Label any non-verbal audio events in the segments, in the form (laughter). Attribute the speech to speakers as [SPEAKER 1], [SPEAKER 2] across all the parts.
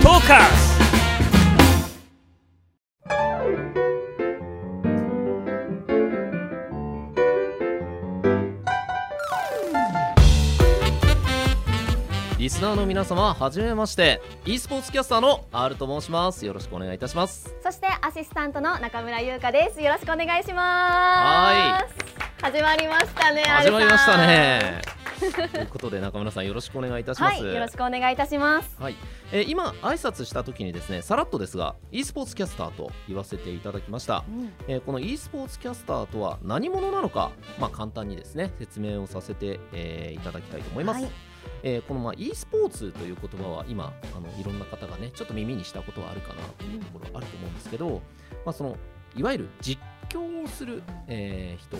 [SPEAKER 1] podcast.
[SPEAKER 2] podcast リスナーの皆様はじめまして e スポーツキャスターの R と申しますよろしくお願いいたします
[SPEAKER 3] そしてアシスタントの中村優香です。よろしくお願いします。はい。始まりましたね。
[SPEAKER 2] 始まりました
[SPEAKER 3] アル
[SPEAKER 2] ねということで中村さんよろしくお願いいたし
[SPEAKER 3] さ
[SPEAKER 2] ま
[SPEAKER 3] ん。は
[SPEAKER 2] す
[SPEAKER 3] い、よろしくお願いいたします。
[SPEAKER 2] はい、えー今挨拶した時にですねさらっとですが e スポーツキャスターと言わせていただきました、えーこの e スポーツキャスターとは何者なのか、まあ、簡単にですね説明をさせて、えーいただきたいと思います、
[SPEAKER 3] はい
[SPEAKER 2] えーこの、まあ、e スポーツという言葉は今あのいろんな方がねちょっと耳にしたことはあるかなというところあると思うんですけど、まあ、そのいわゆる実況をする、えー人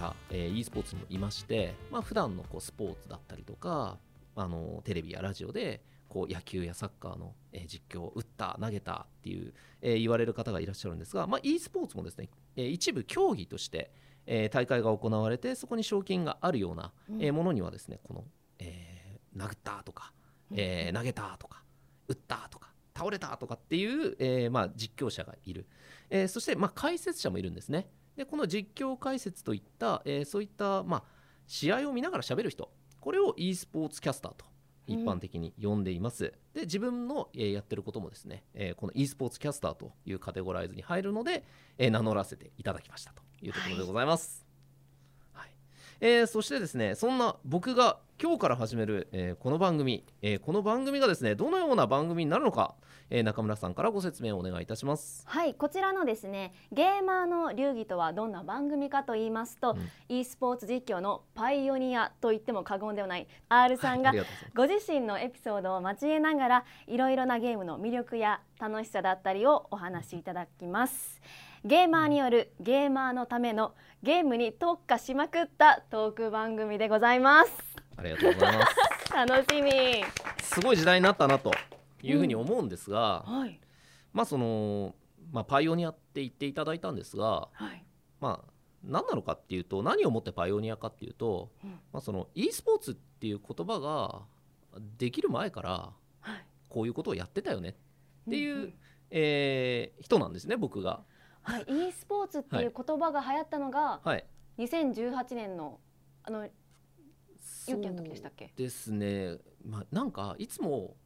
[SPEAKER 2] が、えー、e スポーツにもいまして、まあ普段のこうスポーツだったりとかあのテレビやラジオでこう野球やサッカーの、えー実況を打った投げたっていう、えー言われる方がいらっしゃるんですが、まあ、e スポーツもですね、えー一部競技として、えー大会が行われてそこに賞金があるような、えーものにはですねこの、えー殴ったとか、えー投げたとか打ったとか倒れたとかっていう、えーまあ、実況者がいる、えーそして、まあ、解説者もいるんですねでこの実況解説といった、えーそういった、まあ、試合を見ながら喋る人これを e スポーツキャスターと一般的に呼んでいます、で自分の、えーやってることもですね、えーこの e スポーツキャスターというカテゴライズに入るので、えー名乗らせていただきましたというところでございます、はいえーそしてですねそんな僕が今日から始める、えーこの番組、えーこの番組がですねどのような番組になるのか、えー中村さんからご説明をお願いいたします。
[SPEAKER 3] はい、こちらのですね、ゲーマーの流儀とはどんな番組かと言いますと、
[SPEAKER 2] うん
[SPEAKER 3] e スポーツ実況のパイオニアと言っても過言ではない R さ
[SPEAKER 2] は
[SPEAKER 3] ん
[SPEAKER 2] いあ
[SPEAKER 3] が
[SPEAKER 2] りがとうございます
[SPEAKER 3] ご自身のエピソードを交えながらいろいろなゲームの魅力や楽しさだったりをお話しいただきますゲーマーによるゲーマーのためのゲームに特化しまくったトーク番組でございます
[SPEAKER 2] ありがとうございます。
[SPEAKER 3] 楽しみ
[SPEAKER 2] す (laughs) ごい時代になったなというふうに思うんですが、
[SPEAKER 3] はい
[SPEAKER 2] まあその、まあ、パイオニアって言っていただいたんですが、
[SPEAKER 3] はい
[SPEAKER 2] まあ、何なのかっていうと何をもってパイオニアかっていうと、
[SPEAKER 3] うん
[SPEAKER 2] まあ、その e スポーツっていう言葉ができる前から
[SPEAKER 3] はい
[SPEAKER 2] こういうことをやってたよねっていう、
[SPEAKER 3] うんうん
[SPEAKER 2] えー人なんですね僕が。
[SPEAKER 3] はい e スポーツっていう言葉が流行ったのが
[SPEAKER 2] はい、
[SPEAKER 3] 2018年のあのユッケの時でしたっけ
[SPEAKER 2] そうですね、まあ、なんかいつも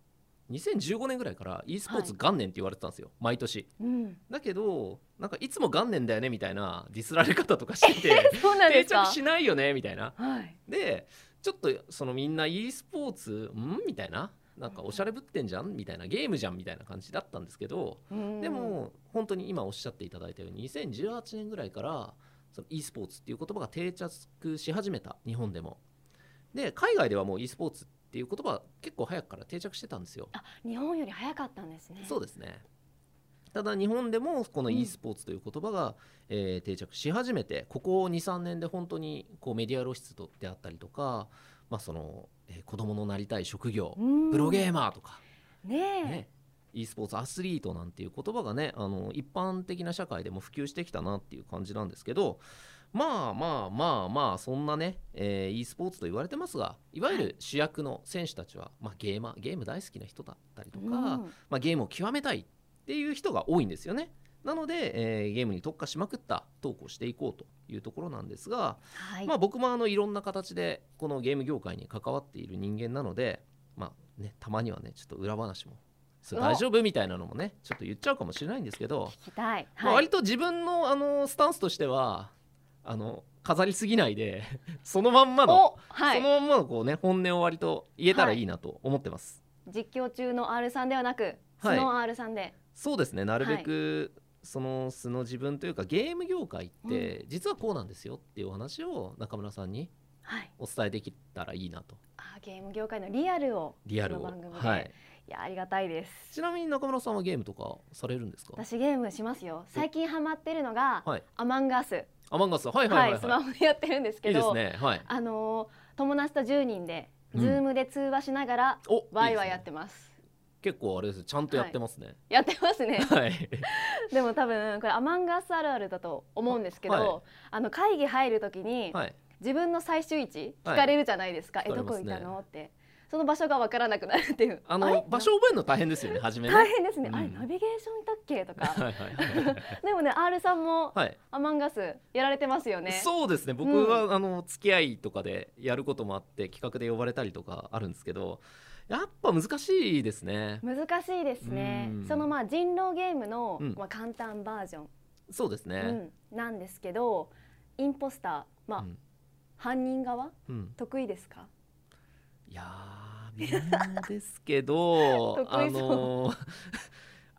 [SPEAKER 2] 2015年ぐらいから e スポーツ
[SPEAKER 3] は
[SPEAKER 2] 元年って言われてたんですよ、毎年。
[SPEAKER 3] うん
[SPEAKER 2] だけどなんかいつも元年だよねみたいなディスられ方とかしてて
[SPEAKER 3] (laughs) そうなんで
[SPEAKER 2] 定
[SPEAKER 3] すか
[SPEAKER 2] 着しないよねみたいな
[SPEAKER 3] はい
[SPEAKER 2] でちょっとそのみんな e スポーツんみたいななんかおしゃれぶってんじゃんみたいなゲームじゃんみたいな感じだったんですけど
[SPEAKER 3] うん
[SPEAKER 2] でも本当に今おっしゃっていただいたように2018年ぐらいからその e スポーツっていう言葉が定着し始めた日本でもで海外ではもう e スポーツっていう言葉は結構早くから定着してたんですよ
[SPEAKER 3] あ日本より早かったんですね
[SPEAKER 2] そうですねただ日本でもこの
[SPEAKER 3] うん
[SPEAKER 2] e スポーツという言葉が、えー定着し始めてここ23年で本当にこうメディア露出であったりとか、まあそのえー子供のなりたい職業
[SPEAKER 3] うん
[SPEAKER 2] プロゲーマーとか、
[SPEAKER 3] ねえ
[SPEAKER 2] ね e スポーツアスリートなんていう言葉がねあの一般的な社会でも普及してきたなっていう感じなんですけどまあまあまあまあそんなね、えー e スポーツと言われてますがいわゆる主役の選手たちは、まあ、ゲーマーゲーム大好きな人だったりとか、
[SPEAKER 3] うん
[SPEAKER 2] まあ、ゲームを極めたいっていう人が多いんですよね。なので、えーゲームに特化しまくったトークをしていこうというところなんですが、
[SPEAKER 3] はい、
[SPEAKER 2] まあ、僕もあのいろんな形でこのゲーム業界に関わっている人間なので、まあね、たまにはねちょっと裏話もそれ
[SPEAKER 3] お
[SPEAKER 2] 大丈夫みたいなのもねちょっと言っちゃうかもしれないんですけど、
[SPEAKER 3] 聞きたい、
[SPEAKER 2] まあ、
[SPEAKER 3] はい
[SPEAKER 2] 割と自分のあのスタンスとしてはあの飾りすぎないで (laughs) そのまんまの、
[SPEAKER 3] おは
[SPEAKER 2] そ
[SPEAKER 3] い
[SPEAKER 2] のまんまのこう、ね、本音を割と言えたらいいなと思ってます。
[SPEAKER 3] 実況中の R さんではなく、
[SPEAKER 2] はい
[SPEAKER 3] その R さんで
[SPEAKER 2] そうですねなるべく、その素の自分というかゲーム業界って、実はこうなんですよっていうお話を中村さんに
[SPEAKER 3] はい
[SPEAKER 2] お伝えできたらいいなと
[SPEAKER 3] あーゲーム業界のリアルを
[SPEAKER 2] リアル
[SPEAKER 3] こ
[SPEAKER 2] を、
[SPEAKER 3] の番組で、
[SPEAKER 2] はいい、、
[SPEAKER 3] やありがたいです
[SPEAKER 2] ちなみに中村さんはゲームとかされるんですか
[SPEAKER 3] 私ゲームしますよ最近ハマってるのが、
[SPEAKER 2] はい
[SPEAKER 3] アマンガス
[SPEAKER 2] アマンガスはい
[SPEAKER 3] はい、
[SPEAKER 2] はいはい
[SPEAKER 3] ス
[SPEAKER 2] は
[SPEAKER 3] マホでやってるんです
[SPEAKER 2] いい
[SPEAKER 3] け
[SPEAKER 2] いです
[SPEAKER 3] ど
[SPEAKER 2] ねはい
[SPEAKER 3] あのー友達と10人で、
[SPEAKER 2] うん
[SPEAKER 3] ズームで通話しながら
[SPEAKER 2] お
[SPEAKER 3] ワイワイやっ
[SPEAKER 2] いいですね
[SPEAKER 3] てます
[SPEAKER 2] 結構あれですちゃんとやってますね
[SPEAKER 3] やってま
[SPEAKER 2] (laughs)
[SPEAKER 3] すね
[SPEAKER 2] はい、
[SPEAKER 3] でも多分これアマンガスあるあるだと思うんですけど、
[SPEAKER 2] はい
[SPEAKER 3] あの会議入るときに、
[SPEAKER 2] はい
[SPEAKER 3] 自分の最終位置
[SPEAKER 2] は
[SPEAKER 3] 聞
[SPEAKER 2] い
[SPEAKER 3] かれるじゃないですか、
[SPEAKER 2] 聞か
[SPEAKER 3] え
[SPEAKER 2] れ
[SPEAKER 3] ど
[SPEAKER 2] ま
[SPEAKER 3] こ
[SPEAKER 2] す
[SPEAKER 3] い
[SPEAKER 2] ね
[SPEAKER 3] たのってその場所が分からなくなるっていう
[SPEAKER 2] あ
[SPEAKER 3] れ
[SPEAKER 2] の場所覚えるの大変ですよね初めね
[SPEAKER 3] 大変ですね、あれ
[SPEAKER 2] うん
[SPEAKER 3] ナビゲーションいたっけとか
[SPEAKER 2] はいはいはいはい
[SPEAKER 3] でもね R さんも
[SPEAKER 2] はい
[SPEAKER 3] アマンガスやられてますよね
[SPEAKER 2] そうですね僕は、あの付き合いとかでやることもあって企画で呼ばれたりとかあるんですけどやっぱ難しいですね
[SPEAKER 3] 難しいですね
[SPEAKER 2] うん
[SPEAKER 3] そのまあ人狼ゲームの、
[SPEAKER 2] うん
[SPEAKER 3] まあ、簡単バージョン、
[SPEAKER 2] そうですね、
[SPEAKER 3] うん、なんですけどインポスターまあ、
[SPEAKER 2] うん
[SPEAKER 3] 犯人側
[SPEAKER 2] うん、
[SPEAKER 3] 得意ですか
[SPEAKER 2] いやー微妙ですけど
[SPEAKER 3] (laughs) 得
[SPEAKER 2] あ
[SPEAKER 3] 意そう
[SPEAKER 2] のー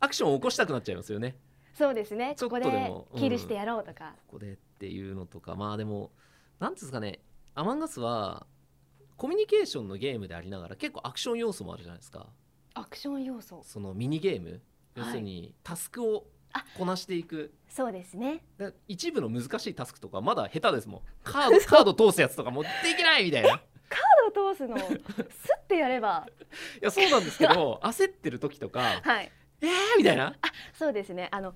[SPEAKER 2] (laughs) アクションを起こしたくなっちゃいますよね
[SPEAKER 3] そうですね
[SPEAKER 2] ちょ
[SPEAKER 3] こ
[SPEAKER 2] っと
[SPEAKER 3] こ
[SPEAKER 2] でも
[SPEAKER 3] で
[SPEAKER 2] うん
[SPEAKER 3] キルしてやろうとか、
[SPEAKER 2] ここでっていうのとかまあでもなんていうんですかねアマンガスはコミュニケーションのゲームでありながら結構アクション要素もあるじゃないですか
[SPEAKER 3] アクション要素
[SPEAKER 2] そのミニゲーム要するにタスクを
[SPEAKER 3] あ
[SPEAKER 2] こなしていく、
[SPEAKER 3] そうですね
[SPEAKER 2] で一部の難しいタスクとかまだ下手ですもんカードカード通すやつとかもうできないみたい
[SPEAKER 3] (laughs)
[SPEAKER 2] ない
[SPEAKER 3] 角を通す
[SPEAKER 2] (laughs)
[SPEAKER 3] のをスッてやれば
[SPEAKER 2] やそうなんですけど焦ってる時と
[SPEAKER 3] (laughs)
[SPEAKER 2] か
[SPEAKER 3] はい
[SPEAKER 2] えーみたいな
[SPEAKER 3] そうですねあの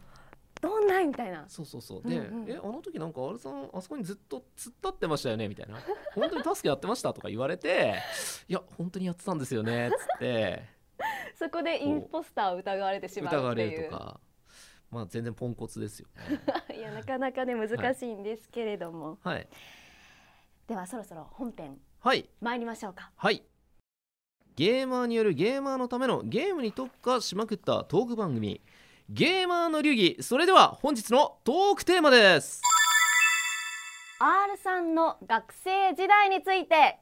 [SPEAKER 3] どんなみたいな
[SPEAKER 2] そうそうそうで、
[SPEAKER 3] うんうん
[SPEAKER 2] えあの時なんかあれさんあそこにずっと突っ立ってましたよねみたいな本当にタスクやってましたとか言われていや本当にやってたんですよねっつって
[SPEAKER 3] そこでインポスターを疑われて (laughs) しま
[SPEAKER 2] 疑
[SPEAKER 3] う
[SPEAKER 2] わ
[SPEAKER 3] って
[SPEAKER 2] れ
[SPEAKER 3] い
[SPEAKER 2] る
[SPEAKER 3] う
[SPEAKER 2] とかまあ全然ポンコツですよね
[SPEAKER 3] (laughs) いやなかなかね難しいんですけれども、
[SPEAKER 2] はい
[SPEAKER 3] ではそろそろ本編
[SPEAKER 2] はい
[SPEAKER 3] 参りましょうか
[SPEAKER 2] はいゲーマーによるゲーマーのためのゲームに特化しまくったトーク番組「ゲーマーの流儀」それでは本日のトークテーマです
[SPEAKER 3] R さんの学生時代について、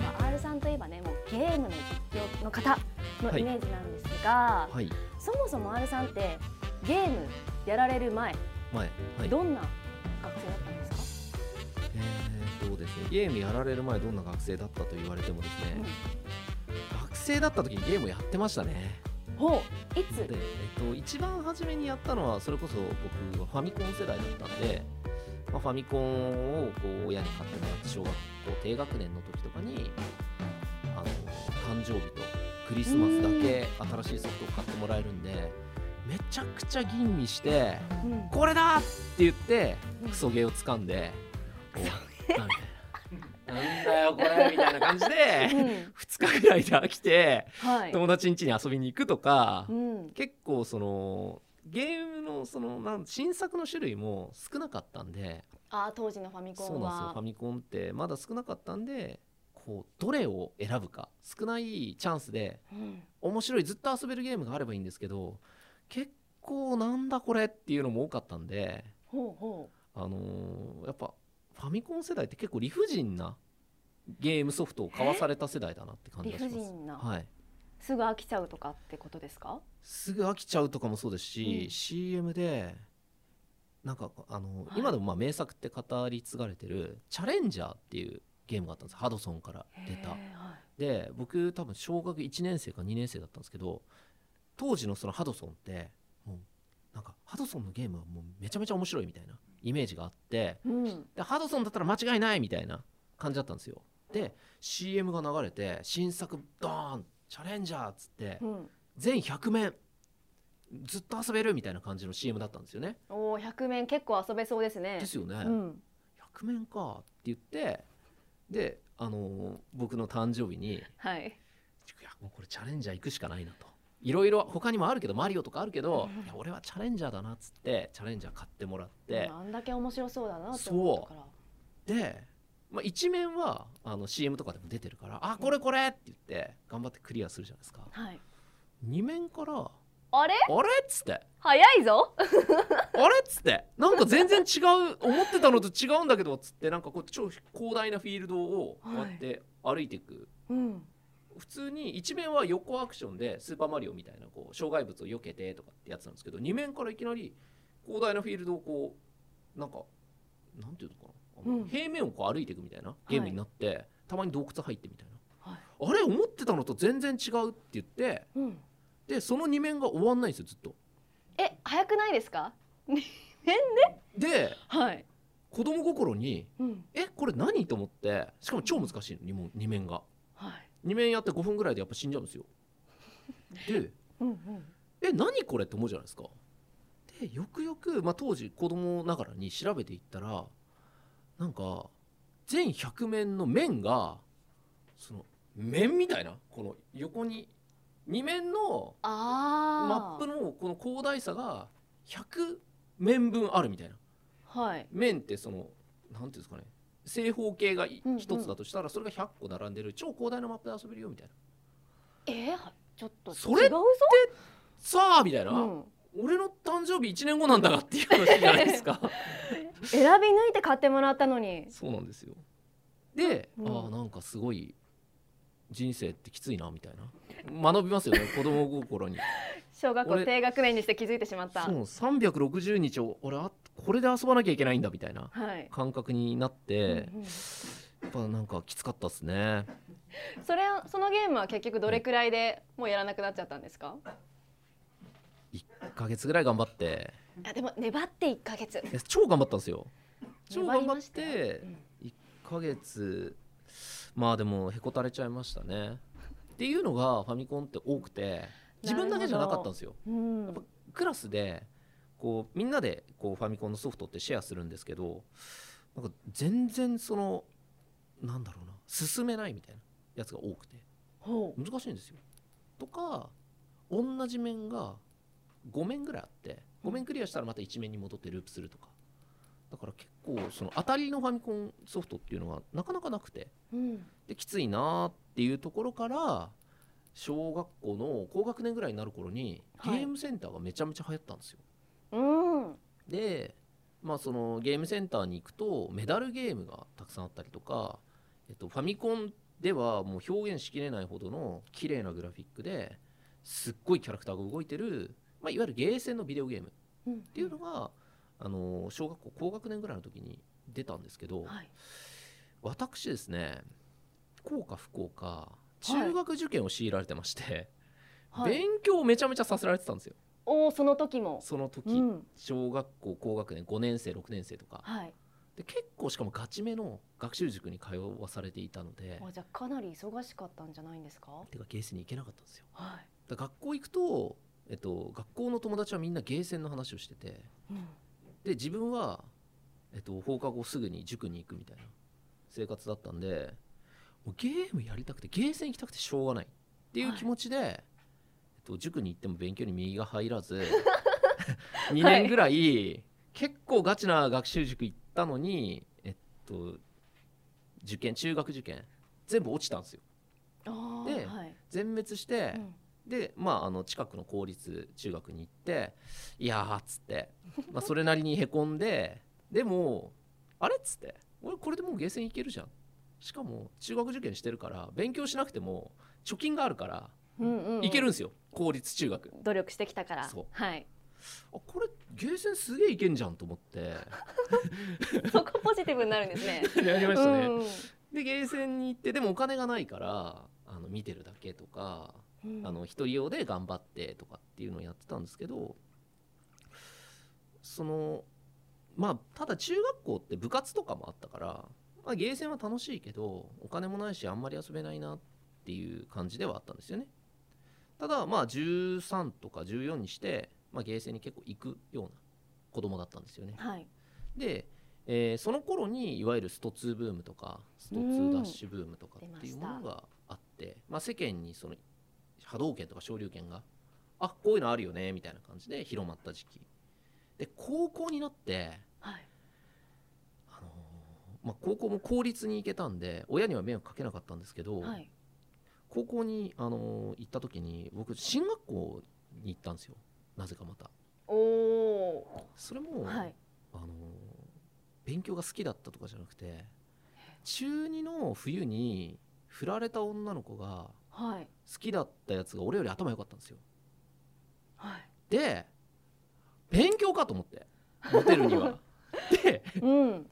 [SPEAKER 3] まあ、R さんといえばねもうゲームの実況の方のイメージなんですが、
[SPEAKER 2] はい
[SPEAKER 3] そもそも R さんってゲームやられる前
[SPEAKER 2] 前はい
[SPEAKER 3] どんな学生だったんです
[SPEAKER 2] えーそうですねゲームやられる前どんな学生だったと言われてもですね、学生だった時にゲームやってましたね
[SPEAKER 3] かほうい
[SPEAKER 2] で、
[SPEAKER 3] つ
[SPEAKER 2] えっと、一番初めにやったのはそれこそ僕はファミコン世代だったんで、まあ、ファミコンをこう親に買ってもらって小学校低学年の時とかにあの誕生日とクリスマスだけ新しいソフトを買ってもらえるんでめちゃくちゃ吟味して
[SPEAKER 3] うん
[SPEAKER 2] 「これだ!」って言って
[SPEAKER 3] うん
[SPEAKER 2] クソゲーを掴んで「おなんだよなんだよこれ」みたいな感じで
[SPEAKER 3] うん
[SPEAKER 2] 2日ぐらいで飽きて (laughs)
[SPEAKER 3] はい
[SPEAKER 2] 友達ん家に遊びに行くとか
[SPEAKER 3] う。ん
[SPEAKER 2] 結構そのゲームのそのなん新作の種類も少なかったんで
[SPEAKER 3] あー当時のファミコ
[SPEAKER 2] そう
[SPEAKER 3] ン
[SPEAKER 2] なんですよ
[SPEAKER 3] は
[SPEAKER 2] ファミコンってまだ少なかったんでこうどれを選ぶか少ないチャンスで
[SPEAKER 3] うん
[SPEAKER 2] 面白いずっと遊べるゲームがあればいいんですけど結構なんだこれっていうのも多かったんで
[SPEAKER 3] ほうほ
[SPEAKER 2] あのーやっぱファミコン世代って結構理不尽なゲームソフトを買わされた世代だなって感
[SPEAKER 3] う
[SPEAKER 2] じ
[SPEAKER 3] 理
[SPEAKER 2] がし
[SPEAKER 3] 不
[SPEAKER 2] ます。
[SPEAKER 3] 尽な、
[SPEAKER 2] はい
[SPEAKER 3] すぐ飽きちゃうとかってことですか
[SPEAKER 2] すぐ飽きちゃうとかもそうですし、
[SPEAKER 3] うん
[SPEAKER 2] CM でなんかあの、
[SPEAKER 3] はい
[SPEAKER 2] 今でもまあ名作って語り継がれてる「チャレンジャー」っていうゲームがあったんですハドソンから出
[SPEAKER 3] へ
[SPEAKER 2] た
[SPEAKER 3] ーはい
[SPEAKER 2] で僕多分小学1年生か2年生だったんですけど当時のそのハドソンってもうなんかハドソンのゲームはもうめちゃめちゃ面白いみたいなイメージがあって
[SPEAKER 3] うん、
[SPEAKER 2] でハドソンだったら間違いないみたいな感じだったんですよで CM が流れて新作ドーンチャレンジャーっつって、
[SPEAKER 3] うん、
[SPEAKER 2] 全100面ずっと遊べるみたいな感じの CM だったんですよね。
[SPEAKER 3] おお百面結構遊べそうですね。
[SPEAKER 2] ですよね。
[SPEAKER 3] うん、
[SPEAKER 2] 100面かって言ってで、あのー僕の誕生日に「いや
[SPEAKER 3] はい。
[SPEAKER 2] もうこれチャレンジャー行くしかないな」と。いろいろ他にもあるけどマリオとかあるけど
[SPEAKER 3] うん
[SPEAKER 2] いや俺はチャレンジャーだなっつってチャレンジャー買ってもらって
[SPEAKER 3] あんだけ面白そうだなって思ったから。
[SPEAKER 2] で、まあ、一面はあの CM とかでも出てるから「あこれこれ!」って言って頑張ってクリアするじゃないですか
[SPEAKER 3] はい。
[SPEAKER 2] 二面から「あ
[SPEAKER 3] あれ
[SPEAKER 2] れ?」っつって
[SPEAKER 3] 早いぞ。
[SPEAKER 2] あれっつってなんか全然違う思ってたのと違うんだけどっつってなんかこう超広大なフィールドをこうやって歩いていく、
[SPEAKER 3] うん。
[SPEAKER 2] 普通に一面は横アクションで「スーパーマリオ」みたいなこう障害物を避けてとかってやつなんですけど二面からいきなり広大なフィールドをこうなんかなんていうのかなあの、
[SPEAKER 3] うん
[SPEAKER 2] 平面をこう歩いていくみたいなゲームになって、たまに洞窟入ってみたいな、
[SPEAKER 3] は
[SPEAKER 2] あれ思ってたのと全然違うって言って
[SPEAKER 3] うん。
[SPEAKER 2] でその二面が終わんないんですよずっと。
[SPEAKER 3] え、早くないですか？
[SPEAKER 2] で
[SPEAKER 3] はい。
[SPEAKER 2] 子供心に
[SPEAKER 3] うん。
[SPEAKER 2] えこれ何と思ってしかも超難しいの二問二面が
[SPEAKER 3] はい。
[SPEAKER 2] 2面やって5分ぐらいでやっぱ死んじゃうんですよで
[SPEAKER 3] うんうん。
[SPEAKER 2] え何これって思うじゃないですかでよくよく、まあ、当時子供ながらに調べていったらなんか全100面の面がその面みたいなこの横に2面のマッ
[SPEAKER 3] ああ
[SPEAKER 2] プのこの広大さが100面分あるみたいな
[SPEAKER 3] はい
[SPEAKER 2] 面ってそのなんていうんですかね正方形がい
[SPEAKER 3] うんうん
[SPEAKER 2] 一つだとしたらそれが100個並んでる超広大なマップで遊べるよみたいな
[SPEAKER 3] えー、ちょっと違う
[SPEAKER 2] それ
[SPEAKER 3] ぞ
[SPEAKER 2] さあみたいな、
[SPEAKER 3] うん、
[SPEAKER 2] 俺の誕生日1年後なんだがっていう話じゃないですか
[SPEAKER 3] 選び抜いて買ってもらったのに
[SPEAKER 2] (laughs) そうなんですよで、
[SPEAKER 3] うん
[SPEAKER 2] ああなんかすごい人生ってきついなみたいな学びますよね (laughs) 子供心に
[SPEAKER 3] 小学校
[SPEAKER 2] 俺
[SPEAKER 3] 低学年にして気づいてしまった
[SPEAKER 2] そう360日を俺あこれで遊ばなきゃいけないんだみたいな
[SPEAKER 3] はい、
[SPEAKER 2] 感覚になって
[SPEAKER 3] うんうん
[SPEAKER 2] やっぱなんかきつかったですね
[SPEAKER 3] それをそのゲームは結局どれくらいでもうやらなくなっちゃったんですか
[SPEAKER 2] 1ヶ月ぐらい頑張って
[SPEAKER 3] あでも粘って一ヶ月
[SPEAKER 2] いや超頑張ったんですよ超
[SPEAKER 3] 粘
[SPEAKER 2] 頑
[SPEAKER 3] り
[SPEAKER 2] 張っ
[SPEAKER 3] ましたよ
[SPEAKER 2] て
[SPEAKER 3] うん
[SPEAKER 2] 1ヶ月まあでもへこたれちゃいましたねっていうのがファミコンって多くて自分だけじゃなかったんですよ
[SPEAKER 3] うん
[SPEAKER 2] やっぱクラスでこうみんなでこうファミコンのソフトってシェアするんですけどなんか全然そのなんだろうな進めないみたいなやつが多くて
[SPEAKER 3] ほう
[SPEAKER 2] 難しいんですよ。とか同じ面が5面ぐらいあって5面クリアしたらまた1面に戻ってループするとかだから結構その当たりのファミコンソフトっていうのがなかなかなくて
[SPEAKER 3] うん
[SPEAKER 2] できついなーっていうところから小学校の高学年ぐらいになる頃にゲ
[SPEAKER 3] はい
[SPEAKER 2] ームセンターがめちゃめちゃ流行ったんですよ。
[SPEAKER 3] うん
[SPEAKER 2] で、まあ、そのゲームセンターに行くとメダルゲームがたくさんあったりとか、えっと、ファミコンではもう表現しきれないほどの綺麗なグラフィックですっごいキャラクターが動いてる、まあ、いわゆるゲーセンのビデオゲームっ
[SPEAKER 3] って
[SPEAKER 2] いうのが、あの小学校高学年ぐらいの時に出たんですけど、
[SPEAKER 3] はい、
[SPEAKER 2] 私ですね幸か不幸か中学受験を強いられてまして、
[SPEAKER 3] はい、
[SPEAKER 2] 勉強をめちゃめちゃさせられてたんですよ
[SPEAKER 3] おおその時も
[SPEAKER 2] その時、
[SPEAKER 3] うん
[SPEAKER 2] 小学校高学年5年生6年生とか
[SPEAKER 3] はい
[SPEAKER 2] で結構しかもガチめの学習塾に通わされていたので
[SPEAKER 3] あじゃあかなり忙しかったんじゃないんですか
[SPEAKER 2] てかゲーセンに行けなかったんですよ
[SPEAKER 3] は
[SPEAKER 2] だから学校行くと、えっと、学校の友達はみんなゲーセンの話をしてて
[SPEAKER 3] い、うん、
[SPEAKER 2] で自分は、えっと、放課後すぐに塾に行くみたいな生活だったんでもうゲームやりたくてゲーセン行きたくてしょうがないっていう気持ちで、えっと、塾に行っても勉強に身が入ら
[SPEAKER 3] (laughs)
[SPEAKER 2] ず2年ぐらい、結構ガチな学習塾行ったのに、えっと、受験中学受験全部落ちたんですよ
[SPEAKER 3] あ
[SPEAKER 2] で
[SPEAKER 3] ーはい
[SPEAKER 2] 全滅して、
[SPEAKER 3] うん
[SPEAKER 2] で、まあ、あの近くの公立中学に行って「いやー」っつって、まあ、それなりにへこんででも「あれ?」っつって「俺これでもうゲーセン行けるじゃん」しかも中学受験してるから勉強しなくても貯金があるから
[SPEAKER 3] うんうんうん、
[SPEAKER 2] 行けるんですよ、公立中学
[SPEAKER 3] 努力してきたから
[SPEAKER 2] そう
[SPEAKER 3] はい
[SPEAKER 2] あこれゲーセンすげえ行けんじゃんと思って
[SPEAKER 3] そこポジティブになるんです
[SPEAKER 2] (laughs)
[SPEAKER 3] ね
[SPEAKER 2] やりま
[SPEAKER 3] うん
[SPEAKER 2] でゲーセンに行ってでもお金がないからあの見てるだけとか
[SPEAKER 3] うん
[SPEAKER 2] あの一人用で頑張ってとかっていうのをやってたんですけどそのまあただ中学校って部活とかもあったから、まあ、ゲーセンは楽しいけどお金もないしあんまり遊べないなっていう感じではあったんですよねただまあ13とか14にして、まあ、ゲーセンに結構行くような子供だったんですよね
[SPEAKER 3] はい
[SPEAKER 2] で、えーその頃にいわゆるスト2ブームとかスト
[SPEAKER 3] うん
[SPEAKER 2] 2ダッシュブームとかっていう
[SPEAKER 3] 出
[SPEAKER 2] も
[SPEAKER 3] ました
[SPEAKER 2] のがあってま、あ、世間にその波動拳とか昇竜拳があこういうのあるよねみたいな感じで広まった時期で高校になって、
[SPEAKER 3] はい
[SPEAKER 2] あのーまあ、高校も公立に行けたんで親には迷惑かけなかったんですけど、
[SPEAKER 3] はい
[SPEAKER 2] 高校に、あのー行った時に僕進学校に行ったんですよなぜかまた。
[SPEAKER 3] おお
[SPEAKER 2] それも、
[SPEAKER 3] はい
[SPEAKER 2] あのー勉強が好きだったとかじゃなくて中2の冬に振られた女の子が
[SPEAKER 3] はい
[SPEAKER 2] 好きだったやつが俺より頭良かったんですよ
[SPEAKER 3] はい
[SPEAKER 2] で勉強かと思ってモテるに
[SPEAKER 3] (laughs)
[SPEAKER 2] はで
[SPEAKER 3] うん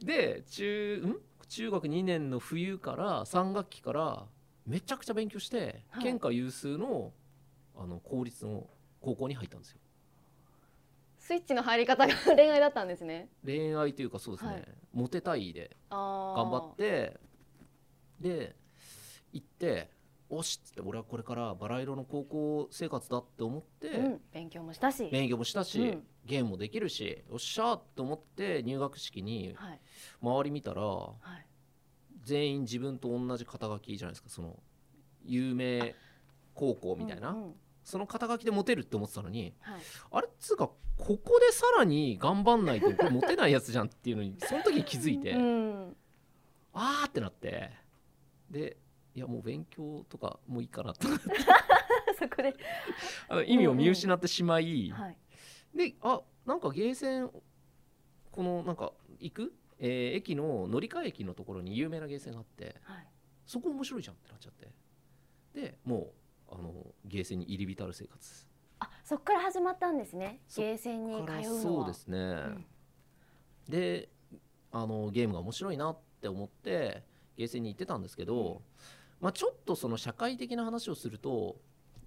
[SPEAKER 2] で中ん中学2年の冬から3学期からめちゃくちゃ勉強して、
[SPEAKER 3] はい
[SPEAKER 2] 県下有数のあの公立の高校に入ったんですよ
[SPEAKER 3] スイッチの入り方が恋愛だったんですね
[SPEAKER 2] 恋愛というかそうですね、
[SPEAKER 3] はい
[SPEAKER 2] モテたいで
[SPEAKER 3] ああ
[SPEAKER 2] 頑張ってで行っておしっつって俺はこれからバラ色の高校生活だって思って、
[SPEAKER 3] うん、勉強もしたし、
[SPEAKER 2] 免許もしたし、
[SPEAKER 3] うん
[SPEAKER 2] ゲームもできるしおっしゃーって思って入学式に
[SPEAKER 3] はい
[SPEAKER 2] 周り見たら
[SPEAKER 3] はい、
[SPEAKER 2] 全員自分と同じ肩書きじゃないですかその有名高校みたいな、
[SPEAKER 3] うんうん
[SPEAKER 2] その肩書きでモテるって思ってたのに
[SPEAKER 3] はい、
[SPEAKER 2] あれっつうかここでさらに頑張んないとこれモテないやつじゃんっていうのにその時に気づいて、
[SPEAKER 3] うん、 (laughs)
[SPEAKER 2] あーってなってでいやもう勉強とかもういいか
[SPEAKER 3] (laughs)
[SPEAKER 2] なと
[SPEAKER 3] そこで、
[SPEAKER 2] あの意味を見失ってしまい、
[SPEAKER 3] はい、
[SPEAKER 2] であなんかゲーセンこのなんか行く、えー駅の乗り換え駅のところに有名なゲーセンがあって
[SPEAKER 3] はい、
[SPEAKER 2] そこ面白いじゃんってなっちゃってでもうあのゲーセンに入り浸る生活
[SPEAKER 3] あ、そこから始まったんですね。
[SPEAKER 2] そっ
[SPEAKER 3] ゲーセンに通
[SPEAKER 2] から
[SPEAKER 3] うの
[SPEAKER 2] そう
[SPEAKER 3] は。
[SPEAKER 2] ですね、
[SPEAKER 3] ん
[SPEAKER 2] であのゲームが面白いなって思ってゲーセンに行ってたんですけど、まあ、ちょっとその社会的な話をすると、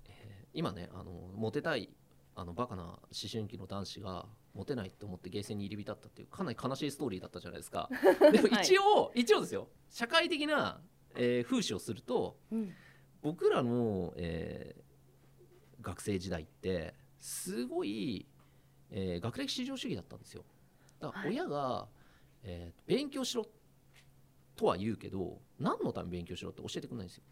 [SPEAKER 2] えー今ねあのモテたいあのバカな思春期の男子がモテないと思ってゲーセンに入り浸ったっていうかなり悲しいストーリーだったじゃないですかでも一応、一応ですよ社会的な、えー風刺をすると
[SPEAKER 3] うん、
[SPEAKER 2] 僕らの、えー学生時代ってすごい、えー学歴至上主義だったんですよだから
[SPEAKER 3] はい
[SPEAKER 2] 親が、えー勉強しろとは言うけど何のために勉強しろって教えてくれないんですよ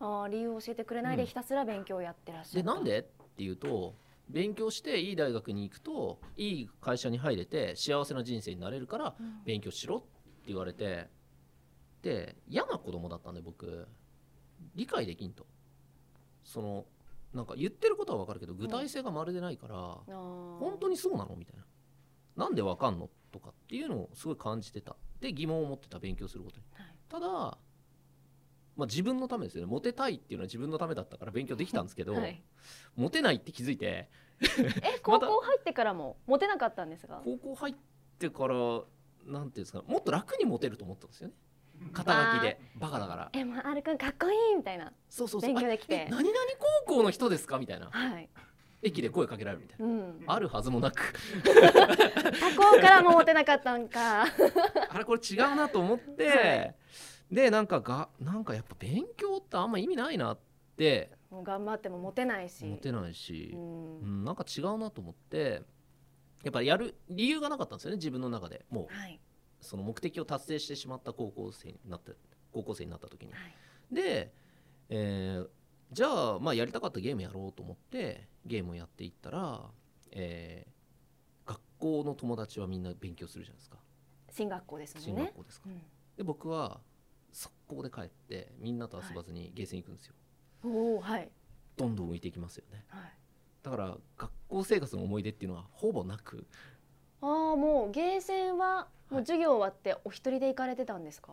[SPEAKER 3] あー理由を教えてくれないで
[SPEAKER 2] うん
[SPEAKER 3] ひたすら勉強をやってらっしゃ
[SPEAKER 2] で
[SPEAKER 3] る、
[SPEAKER 2] なんでっていうと勉強していい大学に行くといい会社に入れて幸せな人生になれるから
[SPEAKER 3] うん
[SPEAKER 2] 勉強しろって言われてで嫌な子供だったんで僕理解できんとそのなんか言ってることは分かるけど具体性がまるでないから、
[SPEAKER 3] あー
[SPEAKER 2] 本当にそうなのみたいななんで分かんのとかっていうのをすごい感じてたで疑問を持ってた勉強することに
[SPEAKER 3] はい
[SPEAKER 2] ただ、まあ、自分のためですよねモテたいっていうのは自分のためだったから勉強できたんですけど、
[SPEAKER 3] はい、
[SPEAKER 2] モテないって気づいて (laughs)
[SPEAKER 3] え高校入ってからもモテなかったんですが
[SPEAKER 2] 高校入ってからなんていうんですかもっと楽にモテると思ったんですよね肩書きでバカだから
[SPEAKER 3] えまあ、るくんかっこいいみたいな
[SPEAKER 2] そうそうそう
[SPEAKER 3] 勉強でき
[SPEAKER 2] あえ
[SPEAKER 3] て
[SPEAKER 2] 何々高校の人ですかみたいな
[SPEAKER 3] はい、
[SPEAKER 2] 駅で声かけられるみたいな
[SPEAKER 3] うん、
[SPEAKER 2] あるはずもな
[SPEAKER 3] (laughs)
[SPEAKER 2] く
[SPEAKER 3] 他校からもモテなかったんか
[SPEAKER 2] あれこれ違うなと思って、
[SPEAKER 3] はい
[SPEAKER 2] でなんかがなんかやっぱ勉強ってあんま意味ないなって
[SPEAKER 3] もう頑張ってもモテないし
[SPEAKER 2] モテないうし、
[SPEAKER 3] ん
[SPEAKER 2] うん、なんか違うなと思ってやっぱやる理由がなかったんですよね自分の中でもう
[SPEAKER 3] はい
[SPEAKER 2] その目的を達成してしまった高校生になった高校生になった時に
[SPEAKER 3] はい
[SPEAKER 2] で、えーじゃあ,、まあやりたかったゲームやろうと思ってゲームをやっていったら、えー学校の友達はみんな勉強するじゃないですか
[SPEAKER 3] 進学校です
[SPEAKER 2] 進
[SPEAKER 3] もん
[SPEAKER 2] 学
[SPEAKER 3] ね、
[SPEAKER 2] 校ですか、
[SPEAKER 3] うん
[SPEAKER 2] で僕は速攻で帰ってみんなと遊ばずにゲーセン行くんですよ、
[SPEAKER 3] おおはい
[SPEAKER 2] どんどん浮いていきますよね
[SPEAKER 3] はい
[SPEAKER 2] だから学校生活の思い出っていうのはほぼなく
[SPEAKER 3] ああもうゲーセンはもう授業終わってお一人で行かれてたんですか、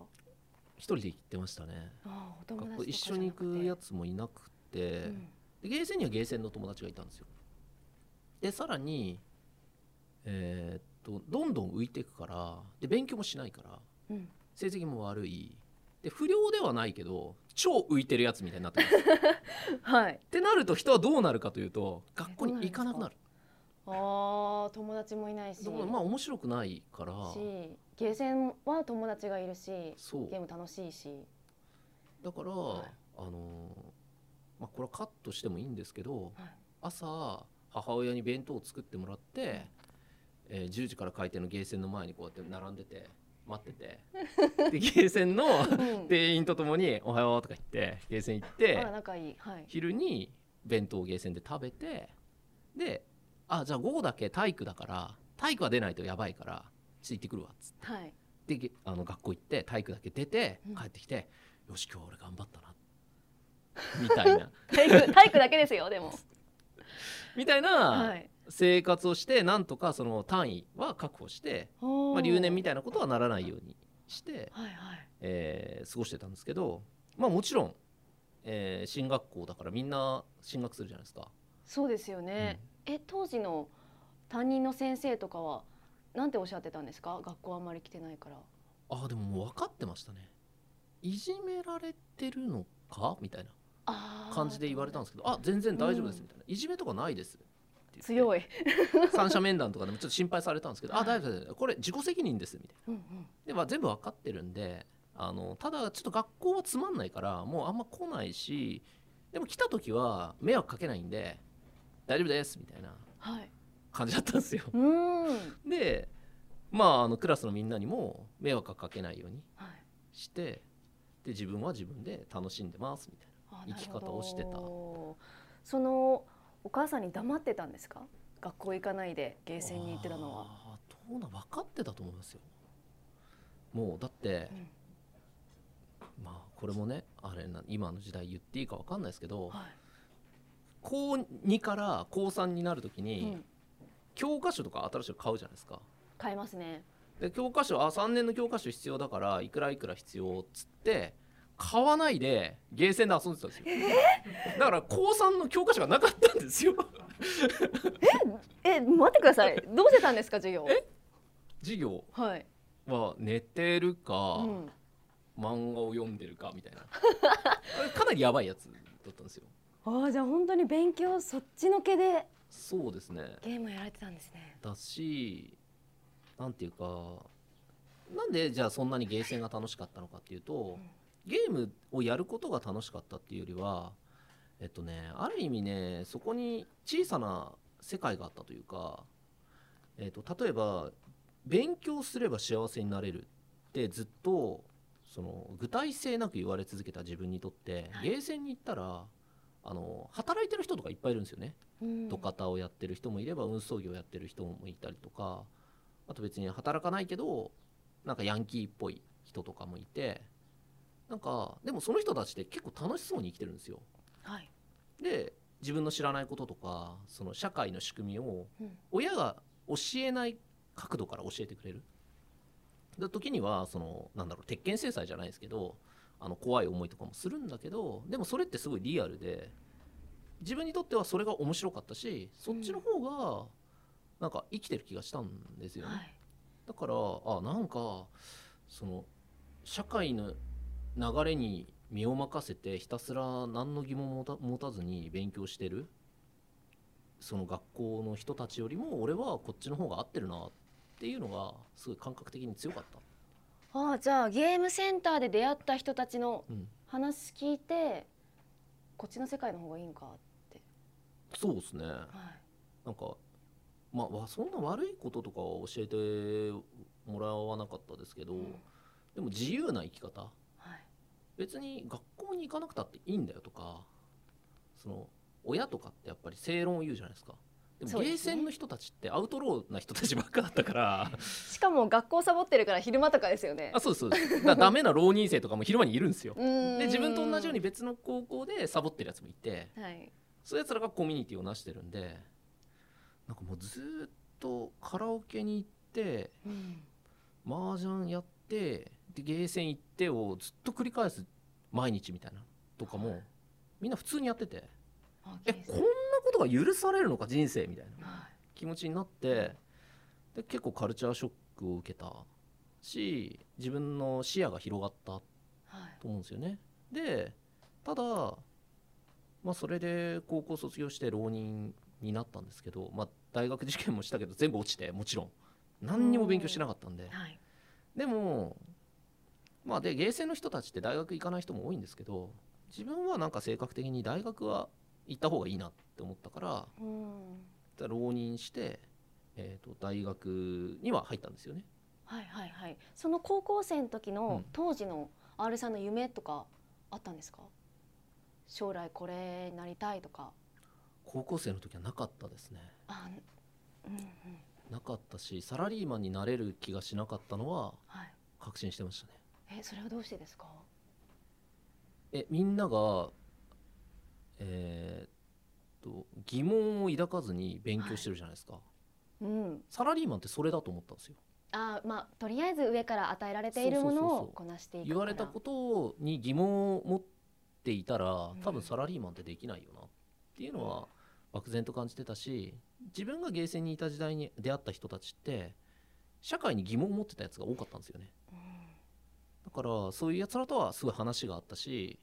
[SPEAKER 2] 一人で行ってましたね
[SPEAKER 3] ああお友
[SPEAKER 2] 学
[SPEAKER 3] 達
[SPEAKER 2] 校
[SPEAKER 3] とか
[SPEAKER 2] 一
[SPEAKER 3] じゃ
[SPEAKER 2] 緒に
[SPEAKER 3] な
[SPEAKER 2] 行
[SPEAKER 3] くて
[SPEAKER 2] くやつもいなくて、
[SPEAKER 3] うん
[SPEAKER 2] でゲーセンにはゲーセンの友達がいたんですよでさらにえーっとどんどん浮いていくからで勉強もしないから
[SPEAKER 3] うん、
[SPEAKER 2] 成績も悪いで不良ではないけど超浮いてるやつみたいになって
[SPEAKER 3] (laughs)
[SPEAKER 2] ますっ
[SPEAKER 3] はい
[SPEAKER 2] てなると人はどうなるかというと学校に行かなくなる
[SPEAKER 3] ああ友達もいないし
[SPEAKER 2] どうまあ面白くないから
[SPEAKER 3] しゲーセンは友達がいるし
[SPEAKER 2] そう
[SPEAKER 3] ゲーム楽しいし
[SPEAKER 2] だから、
[SPEAKER 3] はい
[SPEAKER 2] あのーまあ、これはカットしてもいいんですけど、
[SPEAKER 3] はい
[SPEAKER 2] 朝母親に弁当を作ってもらって、えー10時から開店のゲーセンの前にこうやって並んでて待ってて (laughs) でゲーセン
[SPEAKER 3] (laughs)
[SPEAKER 2] の
[SPEAKER 3] うん
[SPEAKER 2] 店員とともに「おはよう」とか言ってゲーセン行って
[SPEAKER 3] あら仲いいはい
[SPEAKER 2] 昼に弁当をゲーセンで食べてで「あじゃあ午後だけ体育だから体育は出ないとやばいからついてくるわ」っつって。
[SPEAKER 3] はい
[SPEAKER 2] でげあの学校行って体育だけ出て
[SPEAKER 3] うん
[SPEAKER 2] 帰ってきて、よし今日俺頑張ったなみた
[SPEAKER 3] (laughs)
[SPEAKER 2] いな
[SPEAKER 3] 体育体育だけですよでも
[SPEAKER 2] みたい
[SPEAKER 3] は
[SPEAKER 2] ない生活をしてなんとかその単位は確保して、
[SPEAKER 3] ま
[SPEAKER 2] まあ、留年み
[SPEAKER 3] た
[SPEAKER 2] たいなことはならないようにして、
[SPEAKER 3] はいはい
[SPEAKER 2] えー過ごしてたんですけどまあもちろん、えー進学校だからみんな進学するじゃないですか。
[SPEAKER 3] そうですよね、え当時の担任の先生とかはなんておっしゃってたんですか学校あんまり来てないから
[SPEAKER 2] あーでももう分かってましたね。いじめられてるのかみたいな
[SPEAKER 3] あー
[SPEAKER 2] 感じで言われたんですけど「あ全然大丈夫です」みたいな「いじめとかないです」って言って
[SPEAKER 3] 強い、
[SPEAKER 2] 三者面談とかでもちょっと心配されたんですけど「あ大丈夫ですこれ自己責任です」みたいな。
[SPEAKER 3] うんうん、
[SPEAKER 2] でまあ全部分かってるんであのただちょっと学校はつまんないからもうあんま来ないしでも来た時は迷惑かけないんで大丈夫ですみたいな
[SPEAKER 3] はい。
[SPEAKER 2] 感じだったんですよ (laughs)
[SPEAKER 3] うーん。はい。
[SPEAKER 2] でまああのクラスのみんなにも迷惑はかけないようにしてで自分は自分で楽しんでますみたい
[SPEAKER 3] あ
[SPEAKER 2] 生き方をしてた。
[SPEAKER 3] なるほどそのお母さんに黙ってたんですか？学校行かないでゲー
[SPEAKER 2] な
[SPEAKER 3] センに行ってたのは。
[SPEAKER 2] あーどうな分かってたと思いますよもうだって
[SPEAKER 3] うん
[SPEAKER 2] まあこれもねあれな今の時代言っていいか分かんないですけど
[SPEAKER 3] は
[SPEAKER 2] 高2から高3になるとき
[SPEAKER 3] い。
[SPEAKER 2] に、
[SPEAKER 3] うん。
[SPEAKER 2] 教科書とか新しく買うじゃないですか
[SPEAKER 3] 買えますね。
[SPEAKER 2] で教科書あ3年の教科書必要だからいくらいくら必要っつって買わないでゲーセンで遊んでたんですよ、だから高3の教科書がなかったんですよ (laughs)
[SPEAKER 3] え、待ってください。 (laughs) どうしてたんですか授業？
[SPEAKER 2] 授業
[SPEAKER 3] はい。
[SPEAKER 2] は寝てるか、
[SPEAKER 3] うん。
[SPEAKER 2] 漫画を読んでるかみたいな (laughs) かなりやばいやつだったんですよ
[SPEAKER 3] ああじゃあ本当に勉強そっちのけで
[SPEAKER 2] そうですね
[SPEAKER 3] ゲームやられてたんですね。
[SPEAKER 2] だしなんていうかなんでじゃあそんなにゲーセンが楽しかったのかっていうと
[SPEAKER 3] うん
[SPEAKER 2] ゲームをやることが楽しかったっていうよりはえっとねある意味ねそこに小さな世界があったというか、えっと、例えば勉強すれば幸せになれるってずっとその具体性なく言われ続けた自分にとって
[SPEAKER 3] はい
[SPEAKER 2] ゲーセンに行ったらあの働いてる人とかいっぱいいるんですよね。
[SPEAKER 3] うん
[SPEAKER 2] 土方をやってる人もいれば運送業やってる人もいたりとかあと別に働かないけどなんかヤンキーっぽい人とかもいてなんかでもその人たちって結構楽しそうに生きてるんですよ。
[SPEAKER 3] はい。
[SPEAKER 2] で自分の知らないこととかその社会の仕組みを
[SPEAKER 3] うん
[SPEAKER 2] 親が教えない角度から教えてくれる。だ時にはそのなんだろう鉄拳制裁じゃないですけどあの怖い思いとかもするんだけどでもそれってすごいリアルで自分にとってはそれが面白かったしそっちの方がなんか生きてる気がしたんですよね。
[SPEAKER 3] はい。
[SPEAKER 2] だからあなんかその社会の流れに身を任せてひたすら何の疑問も持た持たずに勉強してるその学校の人たちよりも俺はこっちの方が合ってるなっていうのがすごい感覚的に強かった。
[SPEAKER 3] ああじゃあゲームセンターで出会った人たちの
[SPEAKER 2] うん
[SPEAKER 3] 話聞いてこっちの世界の方がいいんか、
[SPEAKER 2] そうですね
[SPEAKER 3] は
[SPEAKER 2] なんかまあわそんな悪いこととかは教えてもらわなかったですけど、
[SPEAKER 3] い
[SPEAKER 2] でも自由な生き方
[SPEAKER 3] はい、
[SPEAKER 2] 別に学校に行かなくたっていいんだよとかその親とかってやっぱり正論を言うじゃないですかで
[SPEAKER 3] そ
[SPEAKER 2] も
[SPEAKER 3] う
[SPEAKER 2] ゲ
[SPEAKER 3] ですね
[SPEAKER 2] ーセンの人たちってアウトローな人たちばっかだったから
[SPEAKER 3] (laughs) しかも学校サボってるから昼間とかですよね
[SPEAKER 2] あそうですそうですだからダメな浪人生とかも昼間にいるんですよ
[SPEAKER 3] で
[SPEAKER 2] で自分と同じように別の高校でサボってるやつもいて
[SPEAKER 3] はい
[SPEAKER 2] そういうやつらがコミュニティをなしてるんでなんかもうずーっとカラオケに行って
[SPEAKER 3] うん
[SPEAKER 2] 麻雀やってでゲーセン行ってをずっと繰り返す毎日みたいなとかもみんな普通にやってて。
[SPEAKER 3] あ
[SPEAKER 2] えこんなことが許されるのか人生みたいな
[SPEAKER 3] は
[SPEAKER 2] 気持ちになってで結構カルチャーショックを受けたし自分の視野が広がった
[SPEAKER 3] いはい
[SPEAKER 2] と思うんですよね。でただ、まあ、それで高校卒業して浪人になったんですけど、まあ、大学受験もしたけど全部落ちてもちろん何にも勉強してなかったんで
[SPEAKER 3] はい
[SPEAKER 2] でもまあでゲーセンの人たちって大学行かない人も多いんですけど自分はなんか性格的に大学は行った方がいいなって思ったから
[SPEAKER 3] うん
[SPEAKER 2] 浪人して、えー、と大学には入ったんですよね。
[SPEAKER 3] はいはいはいその高校生の時
[SPEAKER 2] う
[SPEAKER 3] の
[SPEAKER 2] ん
[SPEAKER 3] 当時の R さんの夢とかあったんですか将来これになりたいとか
[SPEAKER 2] 高校生の時はなかったですね
[SPEAKER 3] あうんうん
[SPEAKER 2] なかったしサラリーマンになれる気がしなかったのは
[SPEAKER 3] はい
[SPEAKER 2] 確信してましたね。
[SPEAKER 3] えそれはどうしてですか
[SPEAKER 2] えみんながえー、と疑問を抱かずに勉強してるじゃないですか、
[SPEAKER 3] うん
[SPEAKER 2] サラリーマンってそれだと思ったんですよ。
[SPEAKER 3] あーまあとりあえず上から与えられているもの
[SPEAKER 2] そうそうそうそ
[SPEAKER 3] を
[SPEAKER 2] う
[SPEAKER 3] こなしていく
[SPEAKER 2] 言われた
[SPEAKER 3] から
[SPEAKER 2] ことに疑問を持っていたら
[SPEAKER 3] ん
[SPEAKER 2] 多分サラリーマンってできないよなっていうのは漠然と感じてたし自分がゲーセンにいた時代に出会った人たちって社会に疑問を持ってたやつが多かったんですよねだからそういうやつらとはすごい話があったし、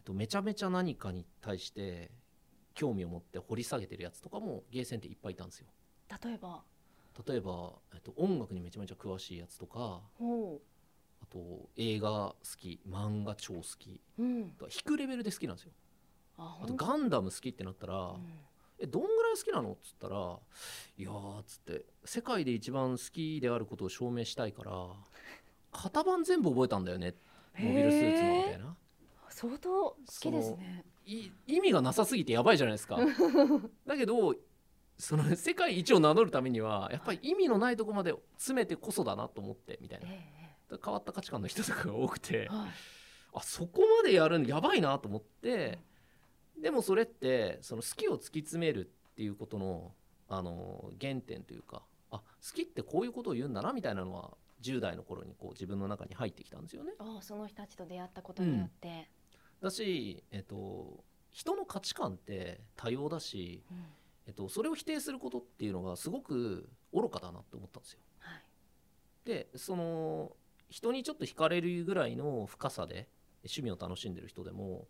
[SPEAKER 2] えっと、めちゃめちゃ何かに対して興味を持って掘り下げてるやつとかもゲーセンっていっぱいいたんですよ
[SPEAKER 3] うん例えば
[SPEAKER 2] 例えば、えっと、音楽にめちゃめちゃ詳しいやつとか
[SPEAKER 3] ほ
[SPEAKER 2] あと映画好き漫画超好き
[SPEAKER 3] う、うん、
[SPEAKER 2] 引くレベルで好きなんですよ
[SPEAKER 3] あ
[SPEAKER 2] あとガンダム好きってなったら、えどんぐらい好きなのっつったらいやーっつって世界で一番好きであることを証明したい (laughs) から型番全部覚えたんだよねモビルスーツのみたいな
[SPEAKER 3] 相当好きですね
[SPEAKER 2] い意味がなさすぎてやばいじゃない (laughs) ですかだけどその世界一を名乗るためにはやっぱり意味のないとこまで詰めてこそだなと思ってみたいな
[SPEAKER 3] え
[SPEAKER 2] 変わった価値観の人とかが多くて
[SPEAKER 3] えはい
[SPEAKER 2] あそこまでやるのやばいなと思ってでもそれってその好きを突き詰めるっていうことのあの原点というかあ好きってこういうことを言うんだなみたいなのは10代の頃にこう自分の中に入ってきたんですよね。
[SPEAKER 3] ああその人たちと出会ったことによって、
[SPEAKER 2] だし、えっと、人の価値観って多様だし、
[SPEAKER 3] うん
[SPEAKER 2] えっと、それを否定することっていうのがすごく愚かだなって思ったんですよ。
[SPEAKER 3] はい
[SPEAKER 2] でその人にちょっと惹かれるぐらいの深さで趣味を楽しんでる人でも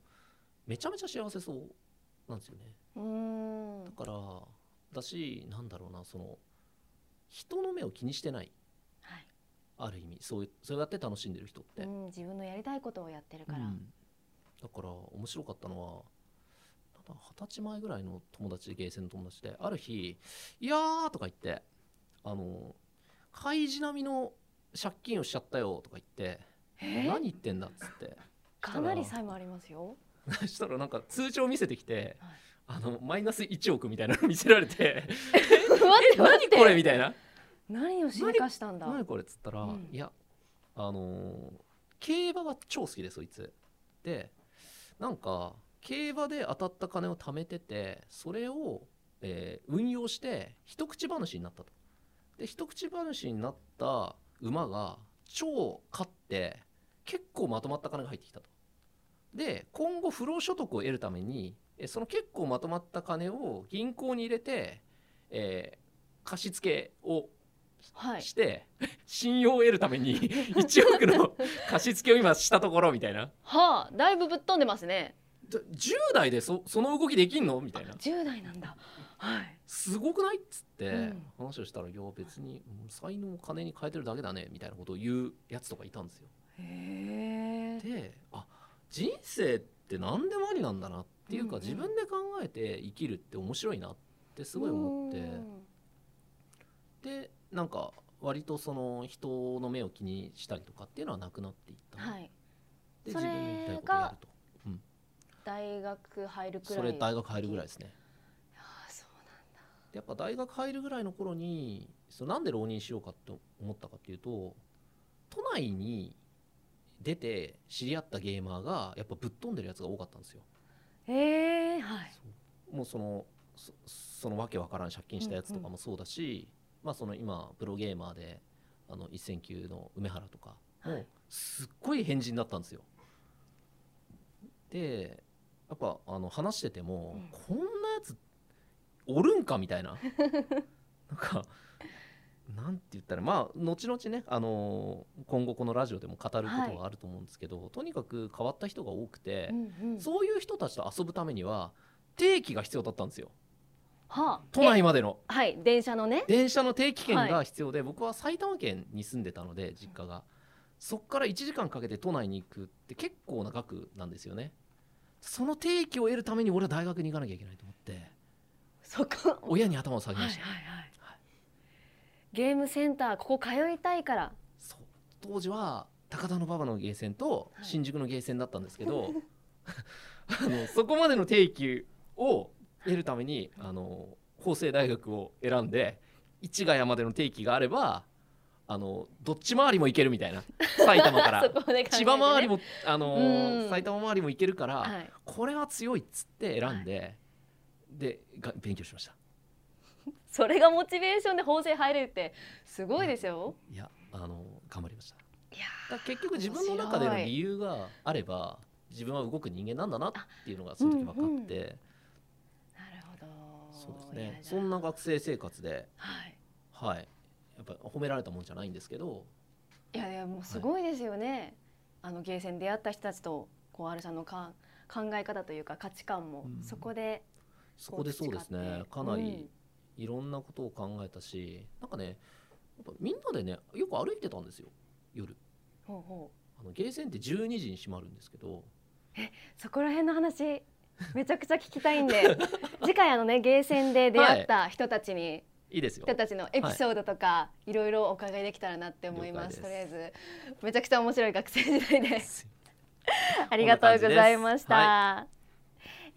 [SPEAKER 2] めちゃめちゃ幸せそうなんですよね。
[SPEAKER 3] うーん
[SPEAKER 2] だからだしなんだろうなその人の目を気にしてない
[SPEAKER 3] はい
[SPEAKER 2] ある意味そういうそうやって楽しんでる人って、
[SPEAKER 3] うん、自分のやりたいことをやってるから、
[SPEAKER 2] うんだから面白かったのはなんだ二十歳前ぐらいの友達でゲーセンの友達である日「いやー」とか言って「あの開示並みの借金をしちゃったよ」とか言って「
[SPEAKER 3] えー
[SPEAKER 2] 何言ってんだ」っつって
[SPEAKER 3] (laughs) かなり債務ありますよ
[SPEAKER 2] そしたらなん (laughs) か通帳見せてきて
[SPEAKER 3] はい
[SPEAKER 2] あのマイナス1億みたいなの見せられて
[SPEAKER 3] 待って (laughs) 待
[SPEAKER 2] 何
[SPEAKER 3] っ
[SPEAKER 2] (laughs)
[SPEAKER 3] て
[SPEAKER 2] これみたいな
[SPEAKER 3] 何をしでかしたんだ
[SPEAKER 2] 何これっつったら、
[SPEAKER 3] うん
[SPEAKER 2] いやあのー競馬は超好きでそいつでなんか競馬で当たった金を貯めててそれを、えー運用して一口話になったとで一口話になった馬が超勝って結構まとまった金が入ってきたとで今後不労所得を得るためにえその結構まとまった金を銀行に入れて、えー貸し付けを
[SPEAKER 3] はい
[SPEAKER 2] して、信用を得るために
[SPEAKER 3] (laughs)
[SPEAKER 2] 1億の貸し付けを今したところみたいな
[SPEAKER 3] はあだいぶぶっ飛んでますね
[SPEAKER 2] じゃ10代でそその動きできんのみたいな
[SPEAKER 3] 10代なんだはい
[SPEAKER 2] すごくないっつって、
[SPEAKER 3] うん
[SPEAKER 2] 話をしたら「いや別にうん才能を金に変えてるだけだね」みたいなことを言うやつとかいたんですよ。
[SPEAKER 3] へえ
[SPEAKER 2] であ人生って何でもありなんだなっていうか、
[SPEAKER 3] うんうん
[SPEAKER 2] 自分で考えて生きるって面白いなってすごい思って。でなんか割とその人の目を気にしたりとかっていうのはなくなっていった、
[SPEAKER 3] はい
[SPEAKER 2] で
[SPEAKER 3] そ
[SPEAKER 2] 自
[SPEAKER 3] れ
[SPEAKER 2] 分のやりたいことをやると
[SPEAKER 3] 大学入るく
[SPEAKER 2] そ
[SPEAKER 3] らい
[SPEAKER 2] れ大学入るぐらいですね
[SPEAKER 3] ああそう
[SPEAKER 2] でやっぱ大学入るぐらいの頃にそのなんで浪人しようかって思ったかっていうと都内に出て知り合ったゲーマーがやっぱぶっ飛んでるやつが多かったんですよ
[SPEAKER 3] なんだへえはい
[SPEAKER 2] もうそのそそのわけわからん借金したやつとかもそうだし、まあその今プロゲーマーであの一戦級の梅原とか
[SPEAKER 3] は
[SPEAKER 2] も
[SPEAKER 3] いう
[SPEAKER 2] すっごい変人だったんですよ。でやっぱあの話してても、こんなやつおるんかみたいな (laughs) なんかなんて言ったらまあ後々ね、あの今後このラジオでも語ることはあると思うんですけど、とにかく変わった人が多くて。
[SPEAKER 3] うんうん
[SPEAKER 2] そういう人たちと遊ぶためには定期が必要だったんですよ
[SPEAKER 3] はあ
[SPEAKER 2] 都内までの
[SPEAKER 3] えはい電車のね
[SPEAKER 2] 電車の定期券
[SPEAKER 3] は
[SPEAKER 2] が必要で、僕は埼玉県に住んでたので実家がそっから1時間かけて都内に行くって結構な額なんですよねその定期を得るために俺は大学に行かなきゃいけないと思って
[SPEAKER 3] そこ
[SPEAKER 2] 親に頭を下げ
[SPEAKER 3] はい
[SPEAKER 2] ま
[SPEAKER 3] はい
[SPEAKER 2] した、
[SPEAKER 3] はい
[SPEAKER 2] はい
[SPEAKER 3] ゲームセンターここ通いたいから
[SPEAKER 2] そう当時は高田の馬場のゲーセンと
[SPEAKER 3] はい
[SPEAKER 2] 新宿のゲーセンだったんですけ
[SPEAKER 3] (laughs)
[SPEAKER 2] ど、あのそこまでの定期を得るためにあの法政大学を選んで市ヶ谷までの定期があればあのどっち回りも行けるみたいな埼玉か
[SPEAKER 3] (laughs) そ
[SPEAKER 2] ら。
[SPEAKER 3] こで考えてね
[SPEAKER 2] 千葉周りも、あの
[SPEAKER 3] うん
[SPEAKER 2] 埼玉周りも行けるから、
[SPEAKER 3] はい
[SPEAKER 2] これは強いっつって選んで、でが勉強しました
[SPEAKER 3] それがモチベーションで法政入れるってすごいですよ
[SPEAKER 2] いやあの頑張りました
[SPEAKER 3] いや
[SPEAKER 2] だから結局自分の中での理由があれば自分は動く人間なんだなっていうのがその時分かって、
[SPEAKER 3] ーなるほど
[SPEAKER 2] そうですね
[SPEAKER 3] いやじゃ
[SPEAKER 2] そ
[SPEAKER 3] あ
[SPEAKER 2] んな学生生活で
[SPEAKER 3] はい
[SPEAKER 2] はいやっぱ褒められたもんじゃないんですけど
[SPEAKER 3] いやいやもうすごいですよね、あのゲーセンで出会った人たちとこう R さんのか考え方というか価値観も
[SPEAKER 2] うん
[SPEAKER 3] そこで
[SPEAKER 2] そこでそうですね
[SPEAKER 3] こ
[SPEAKER 2] か
[SPEAKER 3] う培って
[SPEAKER 2] なりいろんなことを考えたし、なんかねやっぱみんなでねよく歩いてたんですよ夜
[SPEAKER 3] ほうほ
[SPEAKER 2] あのゲーセンって12時に閉まるんですけど
[SPEAKER 3] うそこら辺の話めちゃくちゃ聞きたいん
[SPEAKER 2] (laughs)
[SPEAKER 3] で次回あのねゲーセンで出会った人たちに、
[SPEAKER 2] いいですよ
[SPEAKER 3] 人。たちのエピソードとか、い、ろいろお伺いできたらなって思います
[SPEAKER 2] 了
[SPEAKER 3] とりあ
[SPEAKER 2] 解で
[SPEAKER 3] えずめちゃくちゃ面白い学生時代です (laughs) あり
[SPEAKER 2] り
[SPEAKER 3] が
[SPEAKER 2] が
[SPEAKER 3] と
[SPEAKER 2] と
[SPEAKER 3] う
[SPEAKER 2] うご
[SPEAKER 3] ござ
[SPEAKER 2] ざ
[SPEAKER 3] い
[SPEAKER 2] い
[SPEAKER 3] ま
[SPEAKER 2] ま
[SPEAKER 3] し、
[SPEAKER 2] したた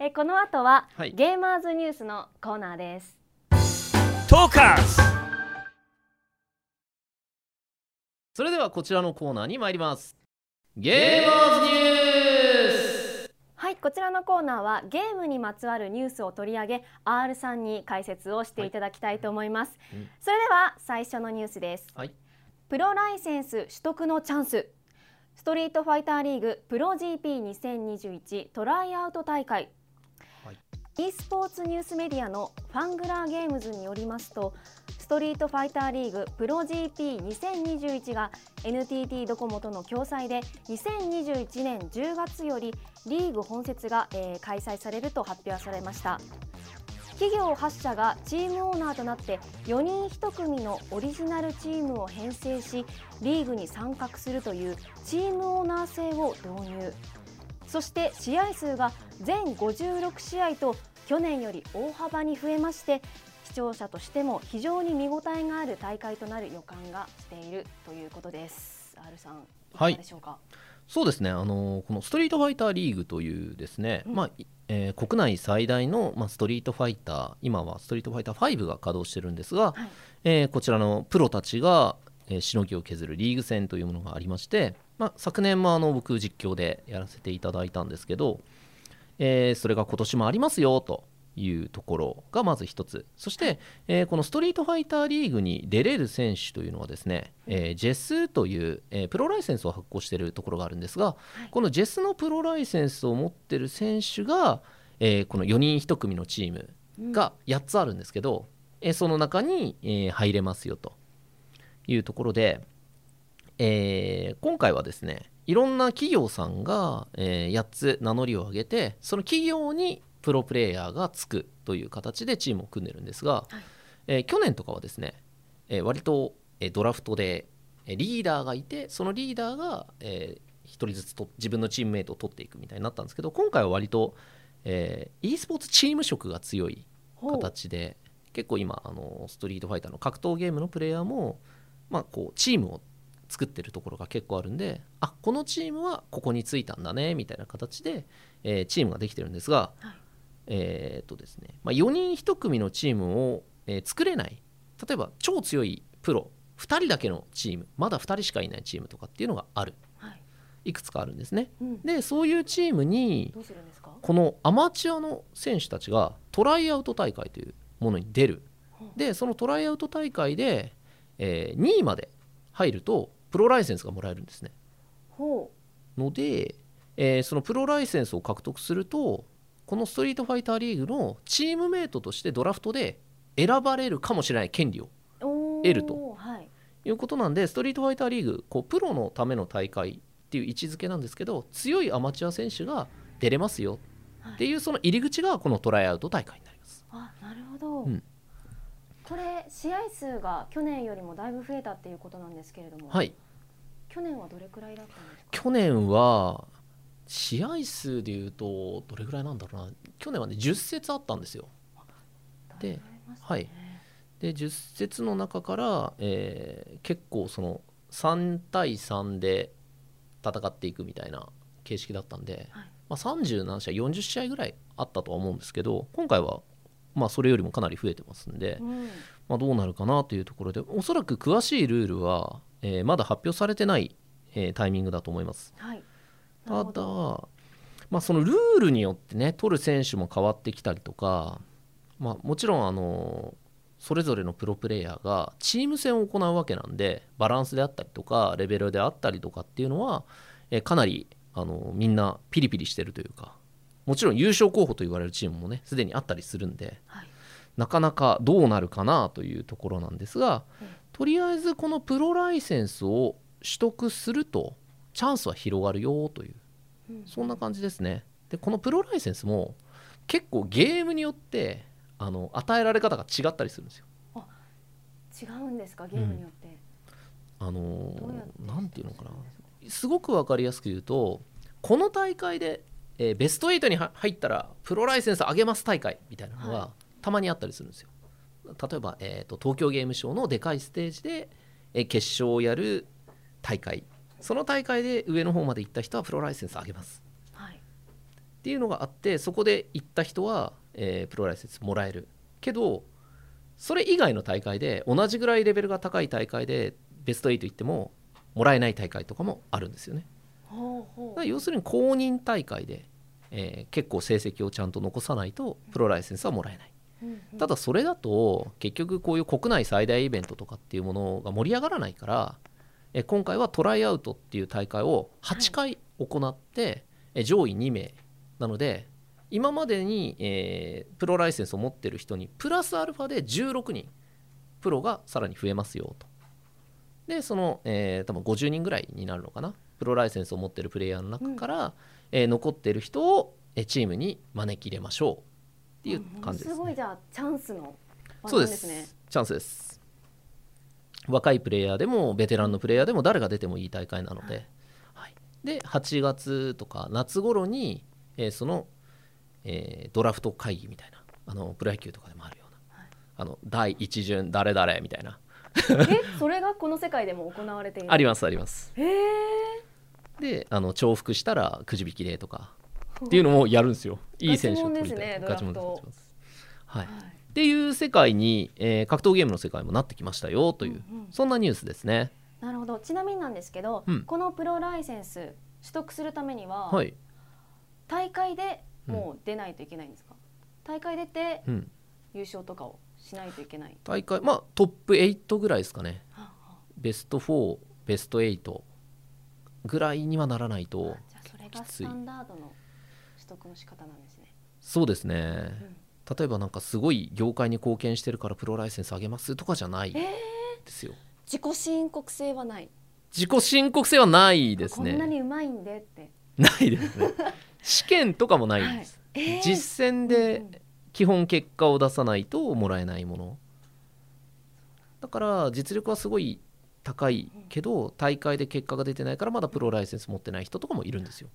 [SPEAKER 3] えこの後は、
[SPEAKER 2] はい
[SPEAKER 3] ゲーマーズニュースのコーナーです
[SPEAKER 2] トーカーズそれではこちらのコーナーに参りますゲーマーズニュース
[SPEAKER 3] はいこちらのコーナーはゲームにまつわるニュースを取り上げ R さんに解説をしていただきたいと思います、
[SPEAKER 2] はいうん
[SPEAKER 3] それでは最初のニュースです
[SPEAKER 2] はい
[SPEAKER 3] プロライセンス取得のチャンスストリートファイターリーグプロ GP2021 トライアウト大会、
[SPEAKER 2] はい
[SPEAKER 3] e スポーツニュースメディアのファングラーゲームズによりますとストリートファイターリーグプロ GP2021 が NTT ドコモとの共催で2021年10月よりリーグ本節が、えー開催されると発表されました企業8社がチームオーナーとなって4人1組のオリジナルチームを編成しリーグに参画するというチームオーナー制を導入そして試合数が全56試合と去年より大幅に増えまして視聴者としても非常に見応えがある大会となる予感がしているということです。R さん、いか
[SPEAKER 2] はい
[SPEAKER 3] がでしょうか。
[SPEAKER 2] そうですねあのこのストリートファイターリーグというですね、
[SPEAKER 3] うん
[SPEAKER 2] まあいえー国内最大の、まあ、ストリートファイター今はストリートファイター5が稼働してるんですが、
[SPEAKER 3] はい
[SPEAKER 2] えーこちらのプロたちが、えーしのぎを削るリーグ戦というものがありまして、まあ、昨年もあの僕実況でやらせていただいたんですけど、えーそれが今年もありますよというところがまず一つそして、えーこのストリートファイターリーグに出れる選手というのはですね、えージェスという、えープロライセンスを発行しているところがあるんですが、このジェスのプロライセンスを持ってる選手が、えーこの4人1組のチームが8つあるんですけど、えーその中に、えー入れますよというところで、えー今回はですねいろんな企業さんが、えー8つ名乗りを上げてその企業にプロプレイヤーがつくという形でチームを組んでるんですが、えー去年とかはですね、えー割と、えードラフトでえーリーダーがいてそのリーダーが、え1人ずつと自分のチームメイトを取っていくみたいになったんですけど今回は割と、えー e スポーツチーム色が強い
[SPEAKER 3] ほう
[SPEAKER 2] 形で結構今あのストリートファイターの格闘ゲームのプレイヤーも、まあ、こうチームを作ってるところが結構あるんであこのチームはここについたんだねみたいな形で、えーチームができてるんですが、
[SPEAKER 3] はい
[SPEAKER 2] えーっとですね、まあ、4人1組のチームを、えー作れない例えば超強いプロ2人だけのチームまだ2人しかいないチームとかっていうのがある
[SPEAKER 3] はい。
[SPEAKER 2] いくつかあるんですね
[SPEAKER 3] うん。
[SPEAKER 2] でそういうチームに
[SPEAKER 3] どうするんですか。
[SPEAKER 2] このアマチュアの選手たちがトライアウト大会というものに出る
[SPEAKER 3] ほう
[SPEAKER 2] でそのトライアウト大会で、えー2位まで入るとプロライセンスがもらえるんですね
[SPEAKER 3] ほ
[SPEAKER 2] ので、えーそのプロライセンスを獲得するとこのストリートファイターリーグのチームメイトとしてドラフトで選ばれるかもしれない権利を
[SPEAKER 3] う。おー
[SPEAKER 2] 得ると。
[SPEAKER 3] はい。
[SPEAKER 2] いうことなんでストリートファイターリーグこうプロのための大会っていう位置づけなんですけど強いアマチュア選手が出れますよっていうその入り口がこのトライアウト大会になります。
[SPEAKER 3] あ、なるほど。
[SPEAKER 2] うん
[SPEAKER 3] これ試合数が去年よりもだいぶ増えたっていうことなんですけれども、
[SPEAKER 2] はい、
[SPEAKER 3] 去年はどれくらいだったんですか。
[SPEAKER 2] 去年は試合数でいうとどれぐらいなんだろうな去年はね10節あったんですよ。で
[SPEAKER 3] だいぶ増えましたね
[SPEAKER 2] はいで10節の中から、えー結構その3対3で戦っていくみたいな形式だったんで、
[SPEAKER 3] はい
[SPEAKER 2] まあ、30何試合40試合ぐらいあったとは思うんですけど今回は、まあ、それよりもかなり増えてますんで、
[SPEAKER 3] うん。
[SPEAKER 2] まあ、どうなるかなというところでおそらく詳しいルールは、えーまだ発表されてない、えータイミングだと思います。
[SPEAKER 3] はい。なる
[SPEAKER 2] た
[SPEAKER 3] ほ
[SPEAKER 2] だ
[SPEAKER 3] ど、
[SPEAKER 2] まあ、そのルールによってね取る選手も変わってきたりとか、まあ、もちろんあのそれぞれのプロプレイヤーがチーム戦を行うわけなんでバランスであったりとかレベルであったりとかっていうのは、えーかなりあのみんなピリピリしてるというかもちろん優勝候補と言われるチームもねすでにあったりするんで、
[SPEAKER 3] はい
[SPEAKER 2] なかなかどうなるかなというところなんですが、
[SPEAKER 3] うん
[SPEAKER 2] とりあえずこのプロライセンスを取得するとチャンスは広がるよという
[SPEAKER 3] うん
[SPEAKER 2] そんな感じですね。でこのプロライセンスも結構ゲームによってあの与えられ方が違ったりするんですよ。
[SPEAKER 3] 違うんですかゲームによって。
[SPEAKER 2] あの
[SPEAKER 3] どうやって
[SPEAKER 2] なんていうのかなすごく分かりやすく言うとこの大会で、えーベスト8には入ったらプロライセンス上げます大会みたいなの
[SPEAKER 3] は
[SPEAKER 2] がたまにあったりするんですよ。例えば、えー、と東京ゲームショウのでかいステージで、えー決勝をやる大会その大会で上の方まで行った人はプロライセンス上げます
[SPEAKER 3] はい
[SPEAKER 2] っていうのがあってそこで行った人は、えープロライセンスもらえるけどそれ以外の大会で同じぐらいレベルが高い大会でベスト8行ってももらえない大会とかもあるんですよね。
[SPEAKER 3] ほうほ
[SPEAKER 2] だから要するに公認大会で、えー結構成績をちゃんと残さないとプロライセンスはもらえない。
[SPEAKER 3] う
[SPEAKER 2] ただそれだと結局こういう国内最大イベントとかっていうものが盛り上がらないからえ今回はトライアウトっていう大会を8回行ってえ上位2名なので今までにえープロライセンスを持ってる人にプラスアルファで16人プロがさらに増えますよと。でその、えー多分50人ぐらいになるのかなプロライセンスを持ってるプレイヤーの中から、えー残ってる人をえチームに招き入れましょうっていう感じです、ね。
[SPEAKER 3] あものごいじゃあチャンスの場
[SPEAKER 2] そ
[SPEAKER 3] 所
[SPEAKER 2] う
[SPEAKER 3] で
[SPEAKER 2] です
[SPEAKER 3] ね
[SPEAKER 2] す。チャンスです。若いプレイヤーでもベテランのプレイヤーでも誰が出てもいい大会なので、はい、で8月とか夏頃に、えーその、えードラフト会議みたいなあのプロ野球とかでもあるような、
[SPEAKER 3] はい
[SPEAKER 2] あの第一巡誰々みたいな
[SPEAKER 3] えそれがこの世界でも行われている
[SPEAKER 2] ありますあります
[SPEAKER 3] へえ
[SPEAKER 2] であの重複したらくじ引きでとかっていうのもやるんですよいい選手を取りたい
[SPEAKER 3] ガチもんですね
[SPEAKER 2] ガチもん
[SPEAKER 3] ドラフト
[SPEAKER 2] ですはい、
[SPEAKER 3] は
[SPEAKER 2] っていう世界に、えー格闘ゲームの世界もなってきましたよという、
[SPEAKER 3] うんうん
[SPEAKER 2] そんなニュースですね。
[SPEAKER 3] なるほどちなみになんですけど、
[SPEAKER 2] うん
[SPEAKER 3] このプロライセンス取得するためには、
[SPEAKER 2] はい、
[SPEAKER 3] 大会でもう出ないといけないんですか、大会出て
[SPEAKER 2] うん、
[SPEAKER 3] 優勝とかをしないといけない、
[SPEAKER 2] 大会まあトップ8ぐらいですかね
[SPEAKER 3] はあは
[SPEAKER 2] ベスト4ベスト8ぐらいにはならない
[SPEAKER 3] あ
[SPEAKER 2] と
[SPEAKER 3] じゃあそれが
[SPEAKER 2] き
[SPEAKER 3] ス
[SPEAKER 2] つい
[SPEAKER 3] タンダードの取得の仕方なんですね、
[SPEAKER 2] そうです
[SPEAKER 3] う
[SPEAKER 2] ね
[SPEAKER 3] ん
[SPEAKER 2] 例えばなんかすごい業界に貢献してるからプロライセンス上げますとかじゃない
[SPEAKER 3] えー
[SPEAKER 2] ですよ
[SPEAKER 3] 自己申告制はない
[SPEAKER 2] 自己申告制はないです
[SPEAKER 3] こん
[SPEAKER 2] ね
[SPEAKER 3] なにうまいんでって
[SPEAKER 2] ないですね試験とかもないんです、
[SPEAKER 3] えー
[SPEAKER 2] 実践
[SPEAKER 3] う
[SPEAKER 2] で
[SPEAKER 3] んうん
[SPEAKER 2] 基本結果を出さないともらえないものだから実力はすごい高いけど大会で結果が出てないからまだプロライセンス持ってない人とかもいるんですよ。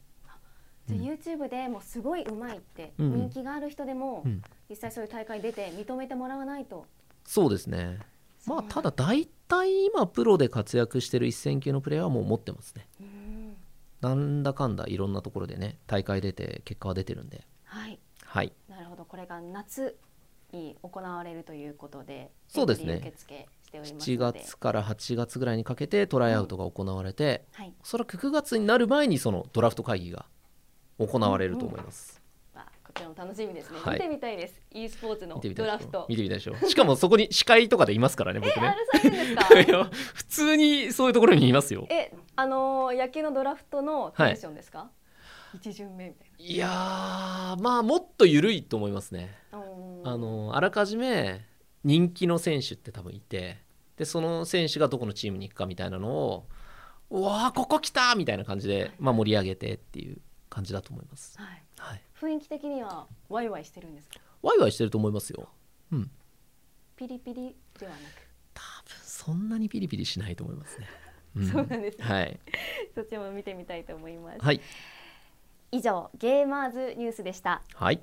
[SPEAKER 3] じゃあ YouTube でもうすごいうまいって、
[SPEAKER 2] うんうん
[SPEAKER 3] 人気がある人でも、
[SPEAKER 2] うん
[SPEAKER 3] 実際そういう大会出て認めてもらわないと
[SPEAKER 2] そうですねまあ
[SPEAKER 3] そうなん
[SPEAKER 2] ただ大体今プロで活躍してる一戦級のプレイヤーはもう持ってますね
[SPEAKER 3] うん
[SPEAKER 2] なんだかんだいろんなところでね大会出て結果は出てるんで
[SPEAKER 3] はい
[SPEAKER 2] はい
[SPEAKER 3] なるほどこれが夏に行われるということで
[SPEAKER 2] そうですね
[SPEAKER 3] エントリー受付しております
[SPEAKER 2] 7
[SPEAKER 3] ので
[SPEAKER 2] 月から8月ぐらいにかけてトライアウトが行われて、
[SPEAKER 3] はい
[SPEAKER 2] おそらく9月になる前にそのドラフト会議が行われると思います、
[SPEAKER 3] まあこちらも楽しみですね、
[SPEAKER 2] はい
[SPEAKER 3] 見てみたいです e スポーツの
[SPEAKER 2] 見てみた
[SPEAKER 3] ド
[SPEAKER 2] い
[SPEAKER 3] ラ
[SPEAKER 2] でし
[SPEAKER 3] フ
[SPEAKER 2] ょ
[SPEAKER 3] ト
[SPEAKER 2] 見てみたいでしょしかもそこに司会とかでいますから
[SPEAKER 3] (laughs)
[SPEAKER 2] ね僕
[SPEAKER 3] えあ
[SPEAKER 2] ね
[SPEAKER 3] れされるんですか
[SPEAKER 2] いや普通にそういうところにいますよ
[SPEAKER 3] えあのー野球のドラフトのテンションですか、一巡目みたい
[SPEAKER 2] いやーまあもっと緩いと思いますね
[SPEAKER 3] なうーん
[SPEAKER 2] あのあらかじめ人気の選手って多分いてでその選手がどこのチームに行くかみたいなのをうわーここ来たみたいな感じで、まあ、盛り上げてっていう感じだと思います、
[SPEAKER 3] はい、
[SPEAKER 2] はい、
[SPEAKER 3] 雰囲気的にはワイワイしてるんですか
[SPEAKER 2] ワイワイしてると思いますようん
[SPEAKER 3] ピリピリではなく、
[SPEAKER 2] 多分そんなにピリピリしないと思いますね、うん
[SPEAKER 3] そうなんですね
[SPEAKER 2] はい、
[SPEAKER 3] そっちも見てみたいと思います、
[SPEAKER 2] はい
[SPEAKER 3] 以上ゲーマーズニュースでした
[SPEAKER 2] はい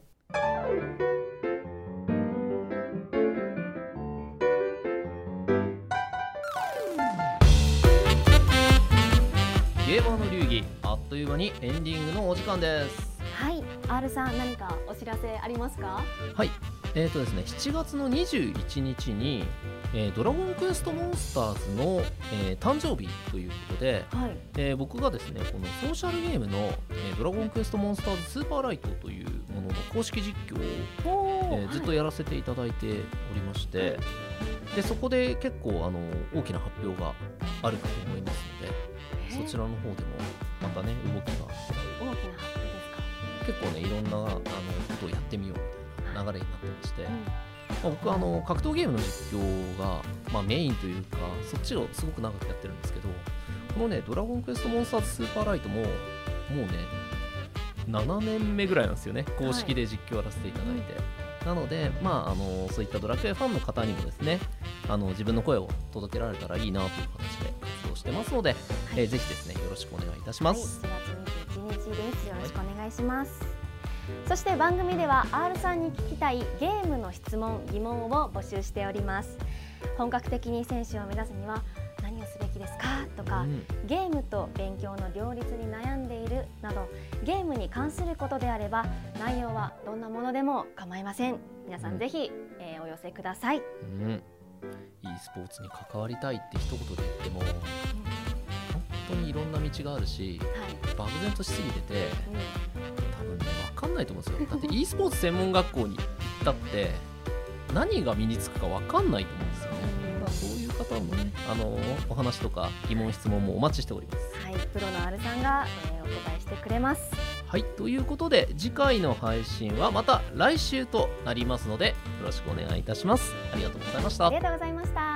[SPEAKER 2] ゲーマーの流儀あっという間にエンディングのお時間です
[SPEAKER 3] はい R さん何かお知らせありますか
[SPEAKER 2] はいえーとですね7月の21日に、えードラゴンクエストモンスターズ」の、えー誕生日ということで、
[SPEAKER 3] はい
[SPEAKER 2] えー僕がですねこのソーシャルゲームの、えードラゴンクエストモンスターズスーパーライト」というものの公式実況を
[SPEAKER 3] おー
[SPEAKER 2] えーずっとやらせていただいておりまして、でそこで結構あの大きな発表があるかと思いますので、
[SPEAKER 3] えー
[SPEAKER 2] そちらの方でもまたね動きが
[SPEAKER 3] 大きな発表ですか
[SPEAKER 2] 結構ねいろんなあのことをやってみようみたいな流れになってまして、まあ、僕はあの格闘ゲームの実況が、まあ、メインというかそっちをすごく長くやってるんですけどこのね「ドラゴンクエストモンスターズスーパーライト」ももうね7年目ぐらいなんですよね公式で実況やらせていただいて、なのでまああのそういったドラクエファンの方にもですねあの自分の声を届けられたらいいなという形で活動してますので、
[SPEAKER 3] い
[SPEAKER 2] えーぜひですねよろしくお願いいたし
[SPEAKER 3] は
[SPEAKER 2] ま
[SPEAKER 3] い、
[SPEAKER 2] す、
[SPEAKER 3] 4月21日ですよろしくお願いします、そして番組では R さんに聞きたいゲームの質問疑問を募集しております本格的に選手を目指すには何をすべきですかとか、
[SPEAKER 2] うん
[SPEAKER 3] ゲームと勉強の両立に悩んでいるなどゲームに関することであれば内容はどんなものでも構いません皆さ
[SPEAKER 2] うんん
[SPEAKER 3] ぜひ、えーお寄せください
[SPEAKER 2] うん、e スポーツに関わりたいって一言で言っても本当にいろんな道があるし
[SPEAKER 3] はい、
[SPEAKER 2] 漠然としすぎてて
[SPEAKER 3] うん
[SPEAKER 2] 多分ね分かんないと思うんですよだって e スポーツ専門学校に行ったって何が身につくか分かんないと思うんですよねまあそういう方もねあのお話とか疑問質問もお待ちしております
[SPEAKER 3] はい、プロの R さんが、えーお答えしてくれます
[SPEAKER 2] はいということで次回の配信はまた来週となりますのでよろしくお願いいたしますありがとうございました
[SPEAKER 3] ありがとうございました